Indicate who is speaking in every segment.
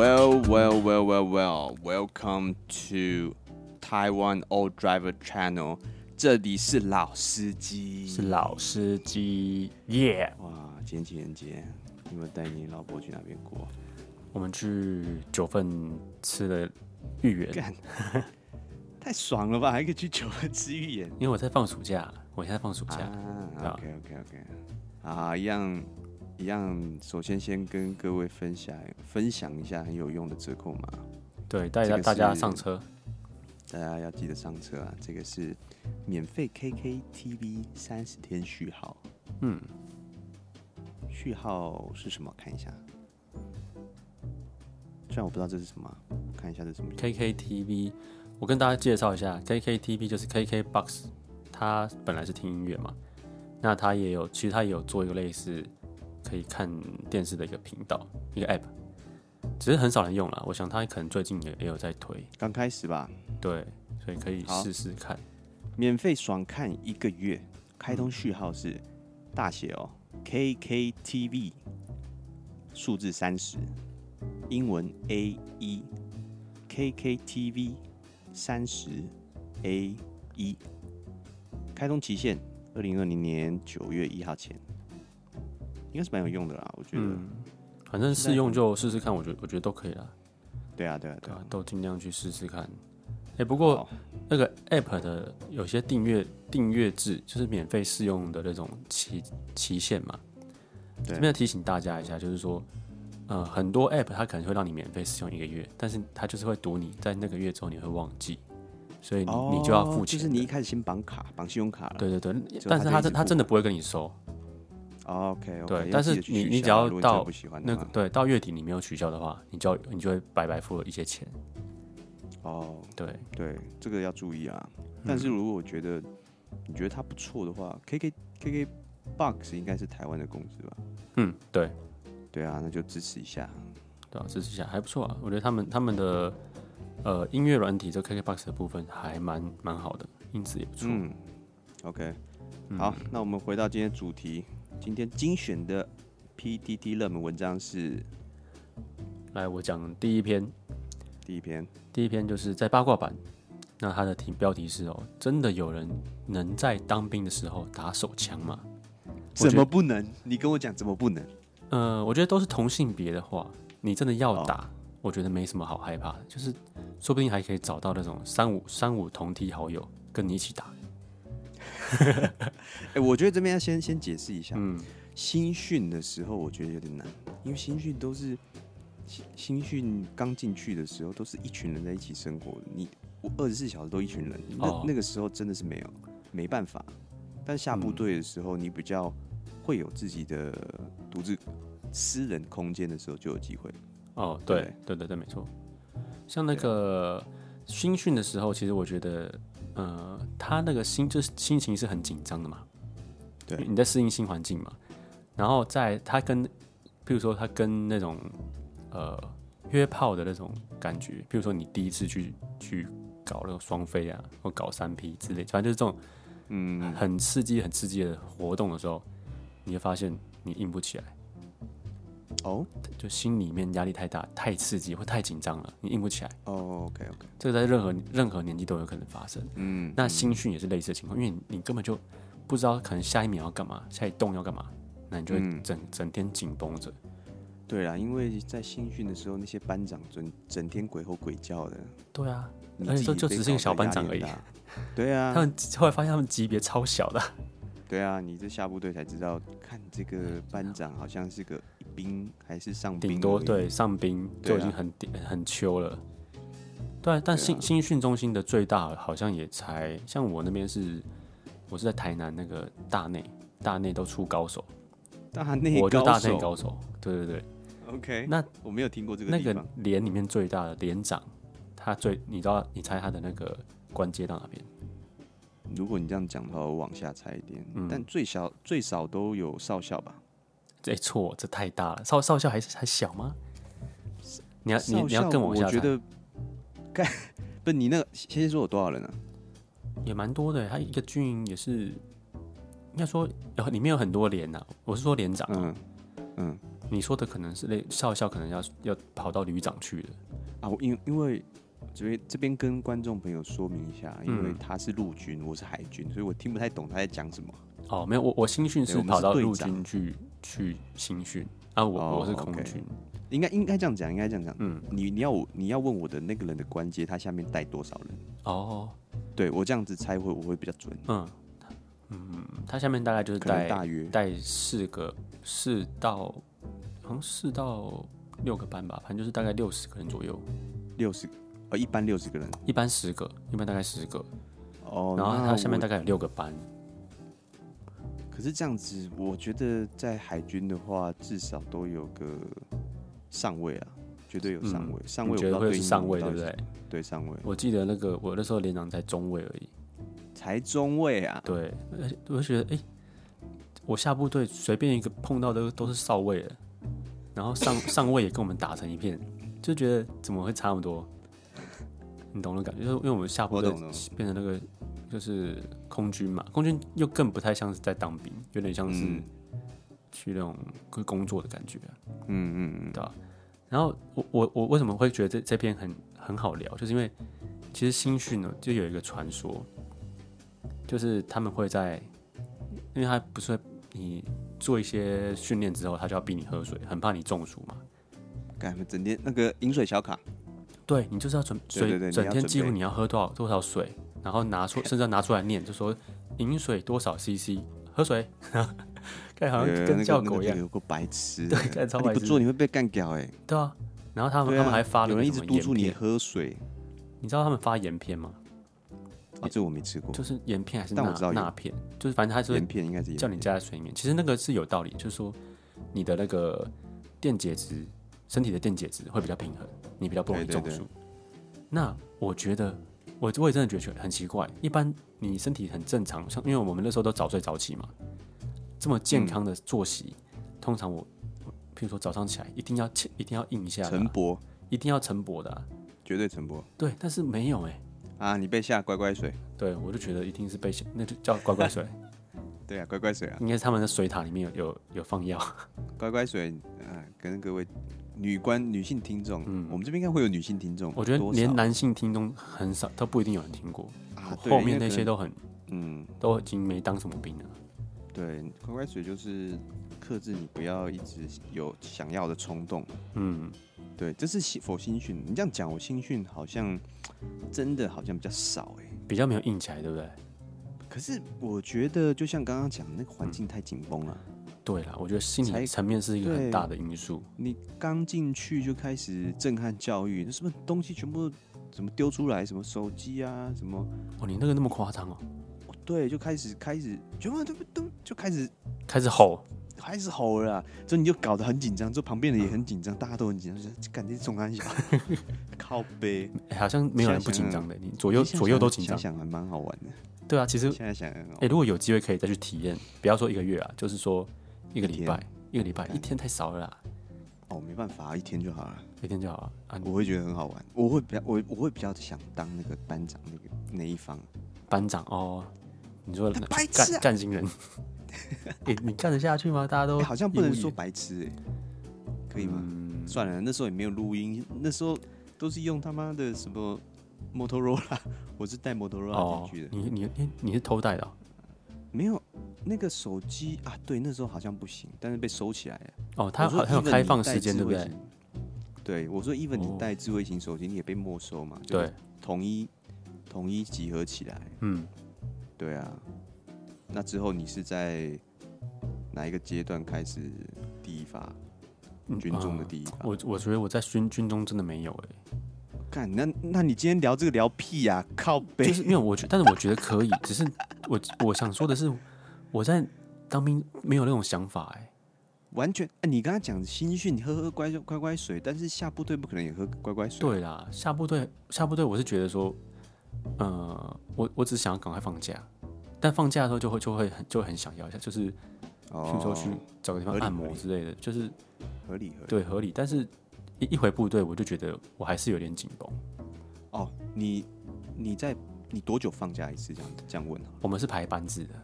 Speaker 1: Well, well, well, well. Welcome to Taiwan Old Driver Channel。这里是老司机，
Speaker 2: 是老司机耶。
Speaker 1: 哇，简姐简姐，你有没有带你老婆去那边过？
Speaker 2: 我们去九份吃了芋圆，
Speaker 1: 干，太爽了吧！还可以去九份吃芋圆
Speaker 2: 因为我在放暑假，我现在放暑假。
Speaker 1: 啊
Speaker 2: 啊
Speaker 1: ！OK OK OK，啊，一样一样。首先先跟各位分享分享一下很有用的折扣码，
Speaker 2: 对，大
Speaker 1: 这
Speaker 2: 家
Speaker 1: 个
Speaker 2: 大家
Speaker 1: 是
Speaker 2: 上车，
Speaker 1: 大家要记得上车啊！这个是免费 KKTV 三十天序号，
Speaker 2: 嗯，
Speaker 1: 序号是什么？看一下。虽然我不知道这是什么啊，我看一下这是什么。
Speaker 2: KKTV，我跟大家介绍一下，KKTV 就是 KKBox，它本来是听音乐嘛，那它也有，其实它也有做一个类似可以看电视的一个频道，一个 app，只是很少人用了。我想它可能最近也也有在推，
Speaker 1: 刚开始吧，
Speaker 2: 对，所以可以
Speaker 1: 好
Speaker 2: 试试看。
Speaker 1: 免费爽看一个月，开通序号是大写哦，KKTV 数字三十，英文 A E，一，KKTV 三十 A 一，开通期限二零二零年九月一号前，应该是蛮有用的啦，我觉得。
Speaker 2: 嗯，反正试用就试试看，我觉得我觉得都可以啦，
Speaker 1: 对啊，对啊，对
Speaker 2: 对
Speaker 1: 啊
Speaker 2: 啊，。都尽量去试试看。哎、不过
Speaker 1: 好
Speaker 2: 那个 app 的有些订阅订阅制就是免费试用的那种期期限嘛，
Speaker 1: 对
Speaker 2: 这边要提醒大家一下，就是说，呃，很多 app 它可能会让你免费试用一个月，但是它就是会赌你在那个月之后你会忘记，所以你、你就要付
Speaker 1: 哦就
Speaker 2: 钱的。
Speaker 1: 是你一开始先绑卡，绑信用卡了。
Speaker 2: 对对对，
Speaker 1: 就
Speaker 2: 但
Speaker 1: 它
Speaker 2: 是
Speaker 1: 就
Speaker 2: 它
Speaker 1: 一直付啊
Speaker 2: 真它真的不会跟你收，
Speaker 1: ，OK，
Speaker 2: 对但是你你只要到
Speaker 1: 不喜欢的
Speaker 2: 那
Speaker 1: 话
Speaker 2: 个对，到月底你没有取消的话，你就要你就会白白付了一些钱。
Speaker 1: 哦，
Speaker 2: 对，
Speaker 1: 对，这个要注意啊。但是如果我觉得你觉得它不错的话，KK KK Box 应该是台湾的公司吧？
Speaker 2: 嗯，对，
Speaker 1: 对啊，那就支持一下。
Speaker 2: 对啊，支持一下还不错啊，我觉得他们他们的呃音乐软体这 KKBox 的部分还蛮蛮好的，音质也不错。
Speaker 1: 嗯，OK，好，那我们回到今天的主题，今天精选的 PDD 热门文章是
Speaker 2: 来，我讲第一篇，
Speaker 1: 第一篇，
Speaker 2: 第一篇就是在八卦版，那它的题标题是哦，真的有人能在当兵的时候打手枪吗？我觉得
Speaker 1: 怎么不能？你跟我讲怎么不能？
Speaker 2: 呃，我觉得都是同性别的话，你真的要打，我觉得没什么好害怕的，就是说不定还可以找到那种三五三五同梯好友跟你一起打。
Speaker 1: 哎、我觉得这边要先先解释一下，
Speaker 2: 嗯，
Speaker 1: 新训的时候我觉得有点难，因为新训都是新新训刚进去的时候都是一群人在一起生活，你我二十四小时都一群人，那、
Speaker 2: 哦
Speaker 1: 那个时候真的是没有没办法。但下部队的时候，你比较会有自己的独自私人空间的时候，就有机会。
Speaker 2: 哦，对
Speaker 1: 对，
Speaker 2: 对对对，没错。像那个新训的时候，其实我觉得，呃，他那个心就是心情是很紧张的嘛，
Speaker 1: 对
Speaker 2: 因为你在适应新环境嘛。然后在他跟，譬如说他跟那种呃约炮的那种感觉，譬如说你第一次去去搞那个双飞啊，或搞三 P 之类，反正就是这种
Speaker 1: 嗯，
Speaker 2: 很刺激、很刺激的活动的时候，你会发现你硬不起来。
Speaker 1: 哦
Speaker 2: 就心里面压力太大、太刺激或太紧张了，你硬不起来。
Speaker 1: 哦，OK OK，
Speaker 2: 这个在任何任何年纪都有可能发生。
Speaker 1: 嗯，
Speaker 2: 那新训也是类似的情况，因为你你根本就不知道可能下一秒要干嘛，下一动要干嘛，那你就会
Speaker 1: 嗯
Speaker 2: 整、整天紧绷着。
Speaker 1: 对啦，因为在新训的时候，那些班长整整天鬼吼鬼叫的，
Speaker 2: 对啊，
Speaker 1: 你
Speaker 2: 而且
Speaker 1: 自
Speaker 2: 就
Speaker 1: 己
Speaker 2: 就
Speaker 1: 被
Speaker 2: 只是一个
Speaker 1: 搞得
Speaker 2: 小
Speaker 1: 压
Speaker 2: 班长
Speaker 1: 力很
Speaker 2: 而已
Speaker 1: 大。对 啊，
Speaker 2: 他们后来发现他们级别超小的，
Speaker 1: 对啊，你这下部队才知道，看这个班长好像是个一兵还是上兵而已，
Speaker 2: 顶多对上兵
Speaker 1: 对啊
Speaker 2: 就已经很顶很秋了。对啊，
Speaker 1: 对
Speaker 2: 但
Speaker 1: 啊
Speaker 2: 新、新训中心的最大好像也才像我那边是，我是在台南那个大内，大内都出高手，
Speaker 1: 大内
Speaker 2: 我就大内
Speaker 1: 手
Speaker 2: 高手。对对对，
Speaker 1: OK，
Speaker 2: 那
Speaker 1: 我没有听过这个
Speaker 2: 那
Speaker 1: 地
Speaker 2: 个
Speaker 1: 方，
Speaker 2: 连里面最大的连长，他最你知道你猜他的那个关节到哪边？
Speaker 1: 如果你这样讲的话，我往下猜一点，
Speaker 2: 嗯
Speaker 1: 但最少最少都有少校吧？
Speaker 2: 哎、错，这太大了。少少校还是还小吗？你要你
Speaker 1: 少
Speaker 2: 你要
Speaker 1: 校
Speaker 2: 更往
Speaker 1: 我
Speaker 2: 下
Speaker 1: 觉
Speaker 2: 猜，
Speaker 1: 得该不是你那个先说有多少人啊？
Speaker 2: 也蛮多的。他一个军营也是，应该说有里面有很多连呐、我是说连长、啊，
Speaker 1: 嗯嗯，
Speaker 2: 你说的可能是类少校，可能要要跑到旅长去的。
Speaker 1: 啊，我因因为这边这边跟观众朋友说明一下，因为
Speaker 2: 嗯
Speaker 1: 他是陆军，我是海军，所以我听不太懂他在讲什么。
Speaker 2: 哦，没有，我我新训
Speaker 1: 对
Speaker 2: 是
Speaker 1: 我们是
Speaker 2: 跑到
Speaker 1: 队
Speaker 2: 陆
Speaker 1: 长
Speaker 2: 军去去新训啊，我、
Speaker 1: 哦
Speaker 2: 我是空
Speaker 1: OK
Speaker 2: 军，
Speaker 1: 应该应该这样讲，应该这样讲。
Speaker 2: 嗯，
Speaker 1: 你你要我你要问我的那个人的关节，他下面带多少人？
Speaker 2: 哦，
Speaker 1: 对我这样子猜会我会比较准，
Speaker 2: 嗯嗯，它下面大概就是
Speaker 1: 可能
Speaker 2: 带
Speaker 1: 大约
Speaker 2: 带四个四到好像四到六个班吧，反正就是大概六十个人左右，
Speaker 1: 六十，呃，一般六十个人。
Speaker 2: 一班十个，一班大概十个，
Speaker 1: 哦，
Speaker 2: 然后
Speaker 1: 那
Speaker 2: 它下面
Speaker 1: 我
Speaker 2: 大概有六个班，
Speaker 1: 可是这样子，我觉得在海军的话，至少都有个上位啊，绝对有上位。上位我不
Speaker 2: 你
Speaker 1: 知
Speaker 2: 觉得
Speaker 1: 道
Speaker 2: 会
Speaker 1: 对
Speaker 2: 是
Speaker 1: 应
Speaker 2: 上位
Speaker 1: 到
Speaker 2: 对
Speaker 1: 底
Speaker 2: 不
Speaker 1: 是
Speaker 2: 对？？
Speaker 1: 对上位，
Speaker 2: 我记得那个我那时候连长才中位而已，
Speaker 1: 才中位啊。
Speaker 2: 对，而且我就觉得哎、诶我下部队随便一个碰到的都是少尉了，然 后上上尉也跟我们打成一片，就觉得怎么会差那么多？你懂那感觉，就是因为我们下部
Speaker 1: 我
Speaker 2: 队
Speaker 1: 懂懂
Speaker 2: 变成那个就是空军嘛，空军又更不太像是在当兵，有点像是
Speaker 1: 嗯
Speaker 2: 去那种工作的感觉、啊。
Speaker 1: 嗯嗯嗯，
Speaker 2: 然后我我我为什么会觉得这这篇很很好聊，就是因为其实新训呢就有一个传说，就是他们会在，因为他不是会你做一些训练之后，他就要逼你喝水，很怕你中暑嘛。
Speaker 1: 干整天那个饮水小卡，
Speaker 2: 对你就是要准
Speaker 1: 对
Speaker 2: 水
Speaker 1: 对对你
Speaker 2: 整
Speaker 1: 要
Speaker 2: 天
Speaker 1: 准
Speaker 2: 记录
Speaker 1: 备
Speaker 2: 你要喝多少多少水，然后拿出甚至要拿出来念，就说饮水多少 CC，喝水， 看好像
Speaker 1: 呃
Speaker 2: 跟
Speaker 1: 那
Speaker 2: 叫
Speaker 1: 个那
Speaker 2: 狗
Speaker 1: 个
Speaker 2: 一样，
Speaker 1: 有个白痴的，
Speaker 2: 对干超
Speaker 1: 啊
Speaker 2: 白
Speaker 1: 你不
Speaker 2: 痴
Speaker 1: 做你会被干掉哎。
Speaker 2: 对啊。然后他们、
Speaker 1: 对
Speaker 2: 他
Speaker 1: 啊
Speaker 2: 们还发了
Speaker 1: 有
Speaker 2: 个
Speaker 1: 人一
Speaker 2: 什
Speaker 1: 直
Speaker 2: 么
Speaker 1: 督促
Speaker 2: 盐
Speaker 1: 你
Speaker 2: 片，
Speaker 1: 喝水
Speaker 2: 你知道他们发盐片吗？
Speaker 1: 啊，这我没吃过
Speaker 2: 就。是盐片还是
Speaker 1: 但我
Speaker 2: 钠
Speaker 1: 知道有
Speaker 2: 钠片，就是反正它就是
Speaker 1: 盐片应该是
Speaker 2: 叫
Speaker 1: 盐，
Speaker 2: 你加在水里面。其实那个是有道理，就是说你的那个电解质，身体的电解质会比较平衡，你比较不容易
Speaker 1: 对对
Speaker 2: 中暑。那我觉得，我我也真的觉得很奇怪。一般你身体很正常，像因为我们那时候都早睡早起嘛，这么
Speaker 1: 嗯
Speaker 2: 健康的作息，通常我，我譬如说早上起来一定要起一定要硬一下的啊、
Speaker 1: 陈伯
Speaker 2: 一定要晨勃的啊、
Speaker 1: 绝对陈伯
Speaker 2: 对，但是没有哎、
Speaker 1: 啊，你被下乖乖水，
Speaker 2: 对我就觉得一定是被那就叫乖乖水。
Speaker 1: 对啊，乖乖水啊，
Speaker 2: 应该是他们的水塔里面有有有放药，
Speaker 1: 乖乖水啊，跟各位女观女性听众，我们这边应该会有女性听众，
Speaker 2: 嗯我觉得
Speaker 1: 多
Speaker 2: 连
Speaker 1: 少
Speaker 2: 男性听众很少，都不一定有人听过。哦
Speaker 1: 啊，对
Speaker 2: 后
Speaker 1: 因为
Speaker 2: 面
Speaker 1: 可
Speaker 2: 那
Speaker 1: 能
Speaker 2: 些都很
Speaker 1: 嗯，
Speaker 2: 都已经没当什么兵了。
Speaker 1: 对，乖乖水就是克制你不要一直有想要的冲动，
Speaker 2: 嗯，
Speaker 1: 对，这是新否新训，你这样讲，我新训好像真的好像比较少哎、
Speaker 2: 比较没有硬起来，对不对？
Speaker 1: 可是我觉得，就像刚刚讲，那个环境太紧绷了。啊
Speaker 2: 对啦，我觉得心理
Speaker 1: 才
Speaker 2: 层面是一个很
Speaker 1: 对
Speaker 2: 大的因素。
Speaker 1: 你刚进去就开始震撼教育，那什么东西全部怎么丢出来，什么手机啊，什么
Speaker 2: 哦，你那个那么夸张哦，
Speaker 1: 哦对，就开始开始全部都都就开始
Speaker 2: 开始吼，
Speaker 1: 开始吼了啦，之后你就搞得很紧张，之后旁边的也很紧张，大家都很紧张，就是感觉中安 小靠背，
Speaker 2: 哎好像没有人不紧张的，你左右
Speaker 1: 现在
Speaker 2: 左右
Speaker 1: 想
Speaker 2: 都紧张。
Speaker 1: 想想还蛮好玩的。
Speaker 2: 对啊，其实
Speaker 1: 现在想哦想很好
Speaker 2: 哎，如果有机会可以再去体验，不要说一个月啊，就是说一个
Speaker 1: 一
Speaker 2: 礼
Speaker 1: 天
Speaker 2: 拜，一个礼拜
Speaker 1: 干
Speaker 2: 一天太少了啦，
Speaker 1: 玩哦，没办法，一天就好了。
Speaker 2: 一天就好了啊。你
Speaker 1: 我会觉得很好玩，我会比较我我会比较想当那个班长那个那一方，
Speaker 2: 班长哦，你说
Speaker 1: 他
Speaker 2: 那
Speaker 1: 白痴啊
Speaker 2: 干干新人， 哎、你干得下去吗？大家都、
Speaker 1: 哎，好像不能说，白痴哎、可以吗？
Speaker 2: 嗯，
Speaker 1: 算了，那时候也没有录音，那时候都是用他妈的什么 Motorola，我是带 Motorola
Speaker 2: 哦
Speaker 1: 进去的，，
Speaker 2: 你你你你是偷带的哦、
Speaker 1: 没有那个手机啊，对，那时候好像不行，但是被收起来了。
Speaker 2: 哦，他
Speaker 1: 我说
Speaker 2: 好像有
Speaker 1: even 你
Speaker 2: 开放
Speaker 1: 带
Speaker 2: 时间，
Speaker 1: 智
Speaker 2: 对不
Speaker 1: 慧
Speaker 2: 对
Speaker 1: 型？？对，我说，even
Speaker 2: 哦
Speaker 1: 你带智慧型手机，你也被没收嘛？就
Speaker 2: 对，
Speaker 1: 统一统一集合起来。
Speaker 2: 嗯，
Speaker 1: 对啊，那之后你是在哪一个阶段开始第一发？军中的
Speaker 2: 嗯
Speaker 1: 第一发？
Speaker 2: 我我觉得我在军军中真的没有哎、
Speaker 1: 干、那那你今天聊这个聊屁呀、靠背。
Speaker 2: 就是因为我觉，但是我觉得可以，只是我我想说的是，我在当兵没有那种想法哎、
Speaker 1: 完全，哎，你刚刚讲新训，你喝喝乖乖乖水，但是下部队不可能也喝乖乖水。，
Speaker 2: 对啦，下部队下部队，我是觉得说，呃，我我只想要赶快放假，但放假的时候就会就会很就很想要一下，就是譬如说去找个地方
Speaker 1: 合理
Speaker 2: 按
Speaker 1: 合
Speaker 2: 摩
Speaker 1: 理
Speaker 2: 之类的，就是
Speaker 1: 哦合理合理。
Speaker 2: 对合理。但是一一回部队，我就觉得我还是有点紧绷。
Speaker 1: 哦，你你在你多久放假一次？这样这样问好了
Speaker 2: 我们是排班制的，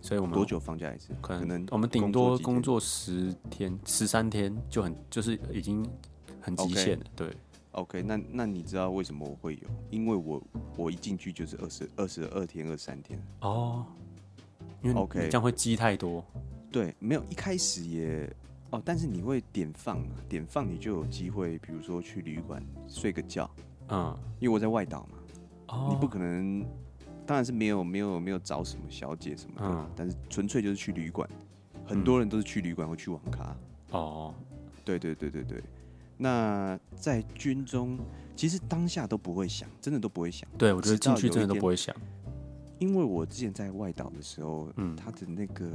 Speaker 2: 所以我们
Speaker 1: 多久放假一次？
Speaker 2: 可能
Speaker 1: 能
Speaker 2: 我们顶多
Speaker 1: 几天
Speaker 2: 工作十天、十三天就很就是已经很极
Speaker 1: OK
Speaker 2: 限了。对，
Speaker 1: OK，那那你知道为什么我会有？因为我我一进去就是二十二十二天、二十三天。
Speaker 2: 哦，因为
Speaker 1: OK
Speaker 2: 你这样会积太多。
Speaker 1: 对，没有一开始也哦，但是你会点放嘛？点放你就有机会，比如说去旅馆睡个觉，
Speaker 2: 嗯，
Speaker 1: 因为我在外岛嘛，
Speaker 2: 哦，
Speaker 1: 你不可能，当然是没有没有没有找什么小姐什么的啦，
Speaker 2: 嗯
Speaker 1: 但是纯粹就是去旅馆，很多人都是去旅馆或去网咖。
Speaker 2: 哦，
Speaker 1: 对对对对对。那在军中，其实当下都不会想，真的都不会想，
Speaker 2: 对我觉得
Speaker 1: 直到
Speaker 2: 进去
Speaker 1: 有
Speaker 2: 真的
Speaker 1: 一
Speaker 2: 都
Speaker 1: 天
Speaker 2: 不会想。
Speaker 1: 因为我之前在外岛的时候，
Speaker 2: 嗯
Speaker 1: 它的那个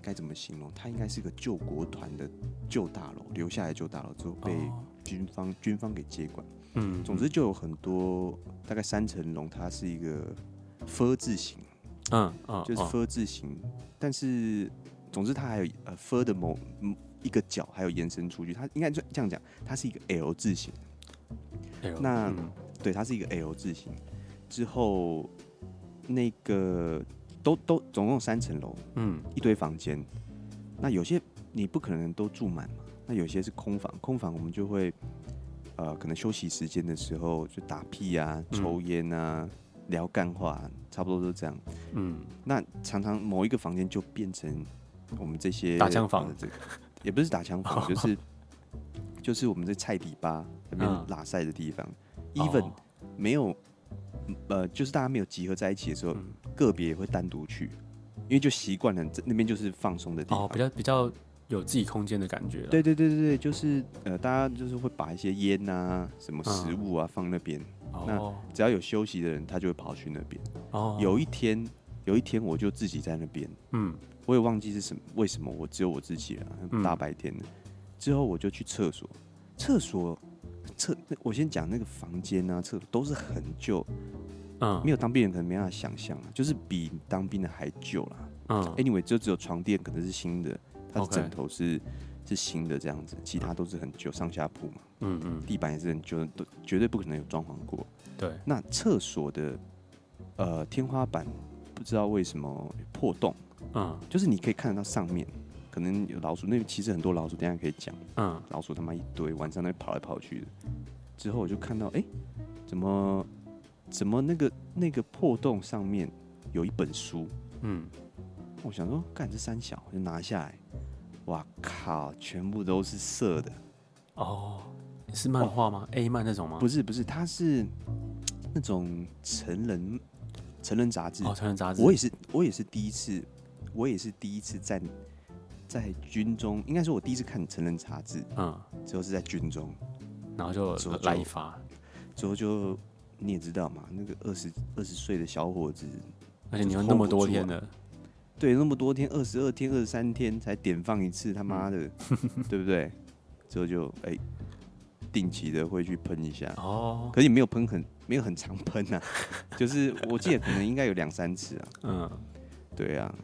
Speaker 1: 该怎么形容？它应该是个救国团的旧大楼，留下来旧大楼之后被
Speaker 2: 哦
Speaker 1: 军方、军方给接管。
Speaker 2: 嗯，
Speaker 1: 总之就有很多，大概三层楼，它是一个“字形，
Speaker 2: 嗯嗯，
Speaker 1: 就是“
Speaker 2: 嗯
Speaker 1: 字形，但是总之它还有呃 “f” 的某嗯一个角还有延伸出去，它应该这这样讲，它是一个 “L” 字形。
Speaker 2: L，
Speaker 1: 那
Speaker 2: 嗯
Speaker 1: 对，它是一个 L 字形。之后那个都都总共三层楼，
Speaker 2: 嗯
Speaker 1: 一堆房间。那有些你不可能都住满嘛，那有些是空房，空房我们就会呃，可能休息时间的时候就打屁啊、
Speaker 2: 嗯
Speaker 1: 抽烟啊、聊干话啊、差不多都这样。
Speaker 2: 嗯
Speaker 1: 那常常某一个房间就变成我们这些
Speaker 2: 打枪房哦
Speaker 1: 呃这个也不是打枪房，就是就是我们这菜底吧那
Speaker 2: 嗯
Speaker 1: 边拉塞的地方、e v e n
Speaker 2: 哦
Speaker 1: 没有，嗯呃，就是大家没有集合在一起的时候，
Speaker 2: 嗯
Speaker 1: 个别也会单独去，因为就习惯了，这那边就是放松的地方。
Speaker 2: 哦，比较比较有自己空间的感觉了。
Speaker 1: 对对对对对，就是呃，大家就是会把一些烟啊、什么食物啊、放那边，那
Speaker 2: 哦
Speaker 1: 只要有休息的人，他就会跑去那边。
Speaker 2: 哦，
Speaker 1: 有一天，有一天我就自己在那边，
Speaker 2: 嗯
Speaker 1: 我也忘记是什么，为什么我只有我自己了、啊
Speaker 2: 嗯
Speaker 1: 大白天的。之后我就去厕所，厕所厕，我先讲那个房间啊，厕所都是很旧，
Speaker 2: 嗯
Speaker 1: 没有当兵人可能没办法想象啊，就是比当兵的还旧啦。
Speaker 2: 嗯
Speaker 1: Anyway，就只有床垫可能是新的，它的
Speaker 2: OK
Speaker 1: 枕头是是新的这样子，其他都是很旧，上下铺嘛，
Speaker 2: 嗯嗯，
Speaker 1: 地板也是很旧的，都绝对不可能有装潢过。
Speaker 2: 对，
Speaker 1: 那厕所的呃天花板不知道为什么破洞，
Speaker 2: 嗯
Speaker 1: 就是你可以看得到上面可能有老鼠，那其实很多老鼠，等一下可以讲。
Speaker 2: 嗯
Speaker 1: 老鼠他妈一堆，晚上在那跑来跑去的。之后我就看到，哎、怎么怎么那个那个破洞上面有一本书，
Speaker 2: 嗯，
Speaker 1: 我想说，干这三小，我就拿下来。哇靠！全部都是色的，
Speaker 2: 哦，是漫画吗？A 哦漫那种吗？
Speaker 1: 不是不是，它是那种成人成人杂志。
Speaker 2: 哦，成人杂志。
Speaker 1: 我也是，我也是第一次，我也是第一次在在军中，应该说我第一次看成人杂志，
Speaker 2: 嗯，
Speaker 1: 之后是在军中。
Speaker 2: 然后就
Speaker 1: 左
Speaker 2: 来
Speaker 1: 右
Speaker 2: 一发，
Speaker 1: 之后就你也知道嘛，那个二十二十岁的小伙子，
Speaker 2: 而且你
Speaker 1: 就
Speaker 2: 有
Speaker 1: 是
Speaker 2: 那么
Speaker 1: hold 不
Speaker 2: 多
Speaker 1: 住
Speaker 2: 天
Speaker 1: 啊
Speaker 2: 的，
Speaker 1: 对，那么多天，二十二天、二十三天才点放一次，他妈的， 对不对？之后就哎、定期的会去喷一下，
Speaker 2: 哦，
Speaker 1: 可是也没有喷很，没有很常喷啊， 就是我记得可能应该有两三次啊。
Speaker 2: 嗯，
Speaker 1: 对啊，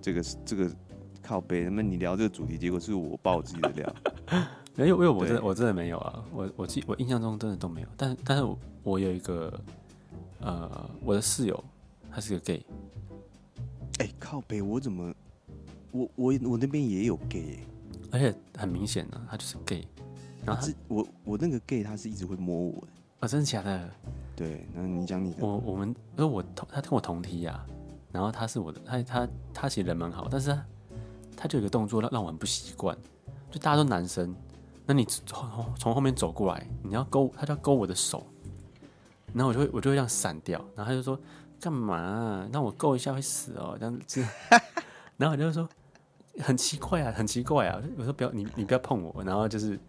Speaker 1: 这个是这个靠背，那么你聊这个主题，结果是我爆自己的料，
Speaker 2: 没有，因为我真的
Speaker 1: 对
Speaker 2: 我真的没有啊，我我记我印象中真的都没有，但但是我我有一个呃，我的室友他是个 gay，
Speaker 1: 哎、靠背，我怎么我我我那边也有 gay，、
Speaker 2: 而且很明显呢、他就是 gay，然后他
Speaker 1: 是我我那个 gay 他是一直会摸我的，
Speaker 2: 哦，真的假的？
Speaker 1: 对，那你讲你的，
Speaker 2: 我我们因为我同他跟我同梯呀、啊然后他是我的，他他他其实人蛮好，但是他他就有一个动作让让我很不习惯，就大家都男生，那你从从后面走过来，你要勾他就要勾我的手，然后我就会我就会这样闪掉，然后他就说干嘛、啊让我勾一下会死哦，这样子， 然后我就说很奇怪啊，很奇怪啊，我说不要你你不要碰我，然后就是就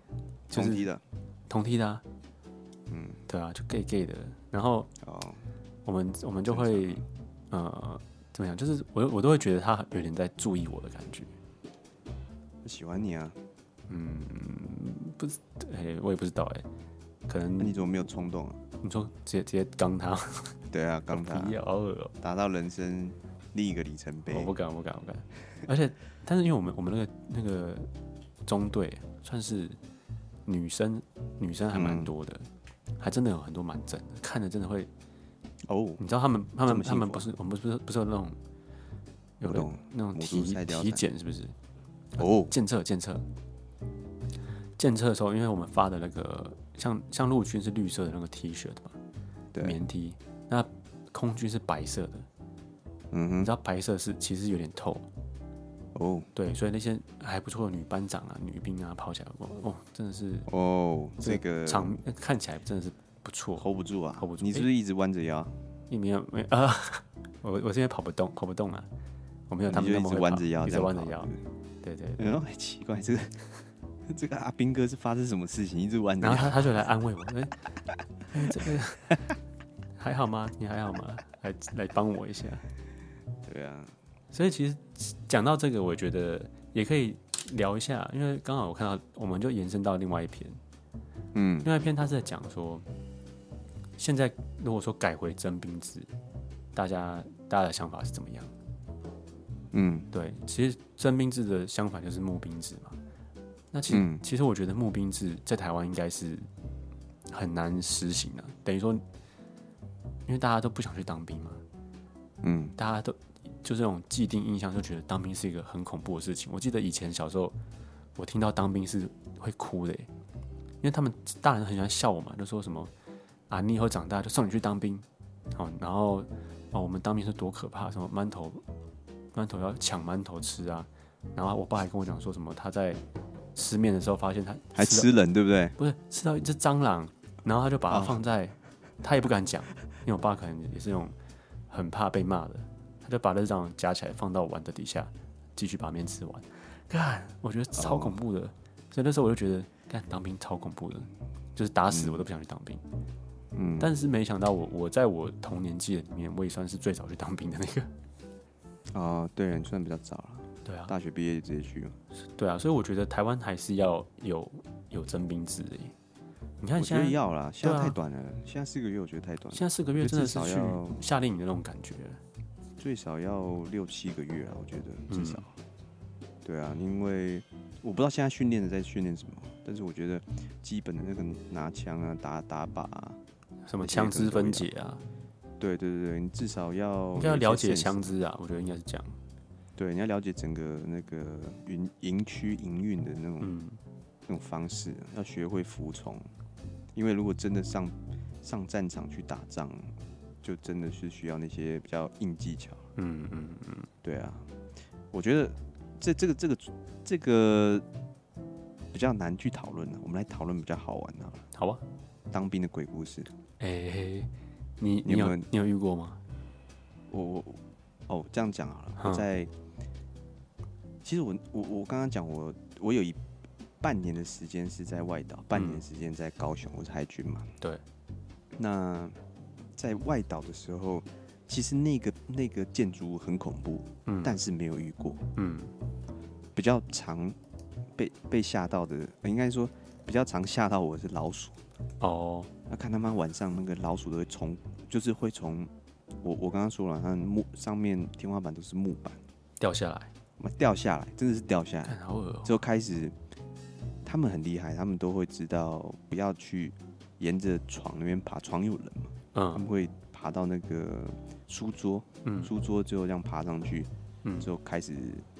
Speaker 1: 冲
Speaker 2: 是
Speaker 1: 击的
Speaker 2: 同梯的、啊，
Speaker 1: 嗯，
Speaker 2: 对啊，就 gay gay 的，然后。
Speaker 1: 哦，
Speaker 2: 我们我们就
Speaker 1: 正
Speaker 2: 会呃怎么样？就是我我都会觉得他有点在注意我的感觉。
Speaker 1: 喜欢你啊，
Speaker 2: 哎、我也不知道哎、可能
Speaker 1: 那你怎么没有冲动啊？
Speaker 2: 你说直接直接刚他，
Speaker 1: 对啊，刚他
Speaker 2: 不要好恶哦
Speaker 1: 达到人生另一个里程碑
Speaker 2: 我，不敢，我不敢，我不敢。而且，但是因为我们我们那个那个中队算是女生，女生还蛮
Speaker 1: 嗯
Speaker 2: 多的，还真的有很多蛮正的，看着真的会，
Speaker 1: 哦，
Speaker 2: 你知道他们他
Speaker 1: 这
Speaker 2: 们
Speaker 1: 么幸
Speaker 2: 他们
Speaker 1: 福啊
Speaker 2: 不是我们不是不是有那种有
Speaker 1: 我
Speaker 2: 的
Speaker 1: 懂
Speaker 2: 那种
Speaker 1: 母
Speaker 2: 体
Speaker 1: 猪赛貂
Speaker 2: 体
Speaker 1: 蝉
Speaker 2: 检是不是？
Speaker 1: 哦，
Speaker 2: 检测检测检测的时候，因为我们发的那个像像陆军是绿色的那个 T 恤的嘛，
Speaker 1: 对，
Speaker 2: 棉 T，那空军是白色的，你
Speaker 1: 嗯
Speaker 2: 知道白色是其实有点透，
Speaker 1: 哼，哦
Speaker 2: 对，所以那些还不错的女班长啊、女兵啊跑起来，哦，哦真的是
Speaker 1: 哦，这个
Speaker 2: 场看起来真的是不错，
Speaker 1: hold 不住啊
Speaker 2: hold 不住
Speaker 1: 你是不是一直弯着腰？
Speaker 2: 一没有没有 啊，我我是因为跑不动，跑不动啊，我没有他
Speaker 1: 你
Speaker 2: 们
Speaker 1: 就
Speaker 2: 那
Speaker 1: 一
Speaker 2: 么
Speaker 1: 直
Speaker 2: 会
Speaker 1: 弯
Speaker 2: 跑
Speaker 1: 着腰
Speaker 2: 一
Speaker 1: 这
Speaker 2: 直
Speaker 1: 样跑，
Speaker 2: 弯着腰，对对对。
Speaker 1: 对不对。然后奇怪，这个这个阿兵哥是发生什么事情，一直弯着
Speaker 2: 然后
Speaker 1: 腰？
Speaker 2: 他他就来安慰我，哎、哎这个还好吗？你还好吗？来来帮我一下。
Speaker 1: 对啊，
Speaker 2: 所以其实讲到这个，我觉得也可以聊一下，因为刚好我看到，我们就延伸到另外一篇，
Speaker 1: 嗯
Speaker 2: 另外一篇他是在讲说，现在如果说改回征兵制，大家大家的想法是怎么样？
Speaker 1: 嗯
Speaker 2: 对，其实征兵制的相反就是募兵制嘛。那其实、
Speaker 1: 嗯
Speaker 2: 其实我觉得募兵制在台湾应该是很难实行的、等于说，因为大家都不想去当兵嘛，
Speaker 1: 嗯，
Speaker 2: 大家都就这种既定印象就觉得当兵是一个很恐怖的事情。我记得以前小时候，我听到当兵是会哭的耶，欸因为他们大人很喜欢笑我嘛，就说什么啊，你以后长大就送你去当兵，哦，然后哦，我们当兵是多可怕，什么馒头馒头要抢馒头吃啊，然后我爸还跟我讲说什么他在吃面的时候发现他
Speaker 1: 还
Speaker 2: 到
Speaker 1: 吃人对不对？
Speaker 2: 不是吃到一只蟑螂，然后他就把它
Speaker 1: 哦
Speaker 2: 放在，他也不敢讲，因为我爸可能也是那种很怕被骂的，他就把那只蟑螂夹起来放到碗的底下，继续把面吃完。干，我觉得超恐怖
Speaker 1: 哦
Speaker 2: 的，所以那时候我就觉得，干当兵超恐怖的，就是打死我都不想去当兵。
Speaker 1: 嗯，
Speaker 2: 但是没想到我我在我同年纪里面，我也算是最早去当兵的那 个。
Speaker 1: 哦，对，你算比较早了，
Speaker 2: 对啊，
Speaker 1: 大学毕业就直接去了。
Speaker 2: 对啊，所以我觉得台湾还是要有有征兵制的耶。你看
Speaker 1: 我觉
Speaker 2: 现
Speaker 1: 得
Speaker 2: 在
Speaker 1: 要啦，现在
Speaker 2: 对啊
Speaker 1: 太短了，现在四个月我觉得太短了，
Speaker 2: 现在四个月真的是
Speaker 1: 我觉得至
Speaker 2: 去
Speaker 1: 少要
Speaker 2: 夏令营的那种感觉。
Speaker 1: 最少要六七个月啊，我觉得至
Speaker 2: 嗯
Speaker 1: 少。对啊，因为我不知道现在训练的在训练什么，但是我觉得基本的那个拿枪啊、打打靶啊，
Speaker 2: 什么枪支分解啊，
Speaker 1: 对对对对，你至少要
Speaker 2: 应该要
Speaker 1: 哦有一些
Speaker 2: 了解
Speaker 1: sense
Speaker 2: 枪支啊，我觉得应该是这样。
Speaker 1: 对，你要了解整个那个营营区营运的那种、
Speaker 2: 嗯，
Speaker 1: 那种方式，要学会服从。因为如果真的上上战场去打仗，就真的是需要那些比较硬技巧。
Speaker 2: 嗯嗯嗯，
Speaker 1: 对啊，我觉得这这个这个这个比较难去讨论了。啊我们来讨论比较好玩的好了，
Speaker 2: 好吧。
Speaker 1: 当兵的鬼故事。
Speaker 2: 哎、你
Speaker 1: 你有
Speaker 2: 你有
Speaker 1: 没有
Speaker 2: 你有遇过吗？
Speaker 1: 我我哦，这样讲好了，
Speaker 2: 嗯
Speaker 1: 我在其实我我我刚刚讲我我有一半年的时间是在外岛，半年时间在高雄，我是海军嘛。
Speaker 2: 嗯对。
Speaker 1: 那在外岛的时候，其实那个那个建筑物很恐怖，
Speaker 2: 嗯
Speaker 1: 但是没有遇过。
Speaker 2: 嗯
Speaker 1: 比较常被被吓到的，呃应该说比较常吓到我的是老鼠。
Speaker 2: 哦
Speaker 1: 那看他妈晚上那个老鼠都会从，就是会从我我刚刚说了，它的木上面天花板都是木板，
Speaker 2: 掉下来，
Speaker 1: 妈掉下来，真的是掉下来。
Speaker 2: 看好恶、哦
Speaker 1: 之后开始，他们很厉害，他们都会知道不要去沿着床那边爬，床有人嘛，他们
Speaker 2: 嗯
Speaker 1: 会爬到那个书桌，
Speaker 2: 嗯
Speaker 1: 书桌之后这样爬上去，
Speaker 2: 嗯
Speaker 1: 之后开始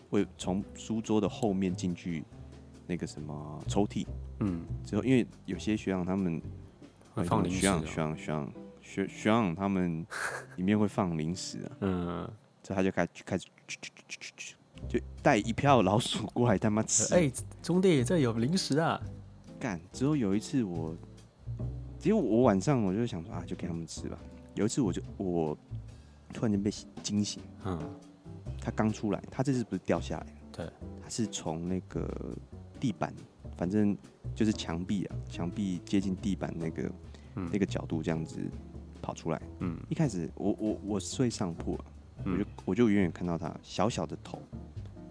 Speaker 1: 会从书桌的后面进去那个什么抽屉，
Speaker 2: 嗯，
Speaker 1: 之后因为有些学长他们
Speaker 2: 会放零
Speaker 1: 学长
Speaker 2: 食、哦。
Speaker 1: 学长学长学学长他们里面会放零食啊，
Speaker 2: 嗯，
Speaker 1: 之后他就开开始就带一票老鼠过来他妈吃，
Speaker 2: 哎、兄弟，这有零食啊！
Speaker 1: 干！之后有一次我，其实我晚上我就想说啊，就给他们吃吧。有一次我就我突然间被惊醒，
Speaker 2: 嗯，
Speaker 1: 它刚出来，它这次不是掉下来，
Speaker 2: 对，
Speaker 1: 它是从那个地板，反正就是墙壁啊，墙壁接近地板那个、
Speaker 2: 嗯
Speaker 1: 那个角度这样子跑出来。
Speaker 2: 嗯，
Speaker 1: 一开始我我我睡上铺啊、
Speaker 2: 嗯
Speaker 1: 我就我就远远看到它小小的头，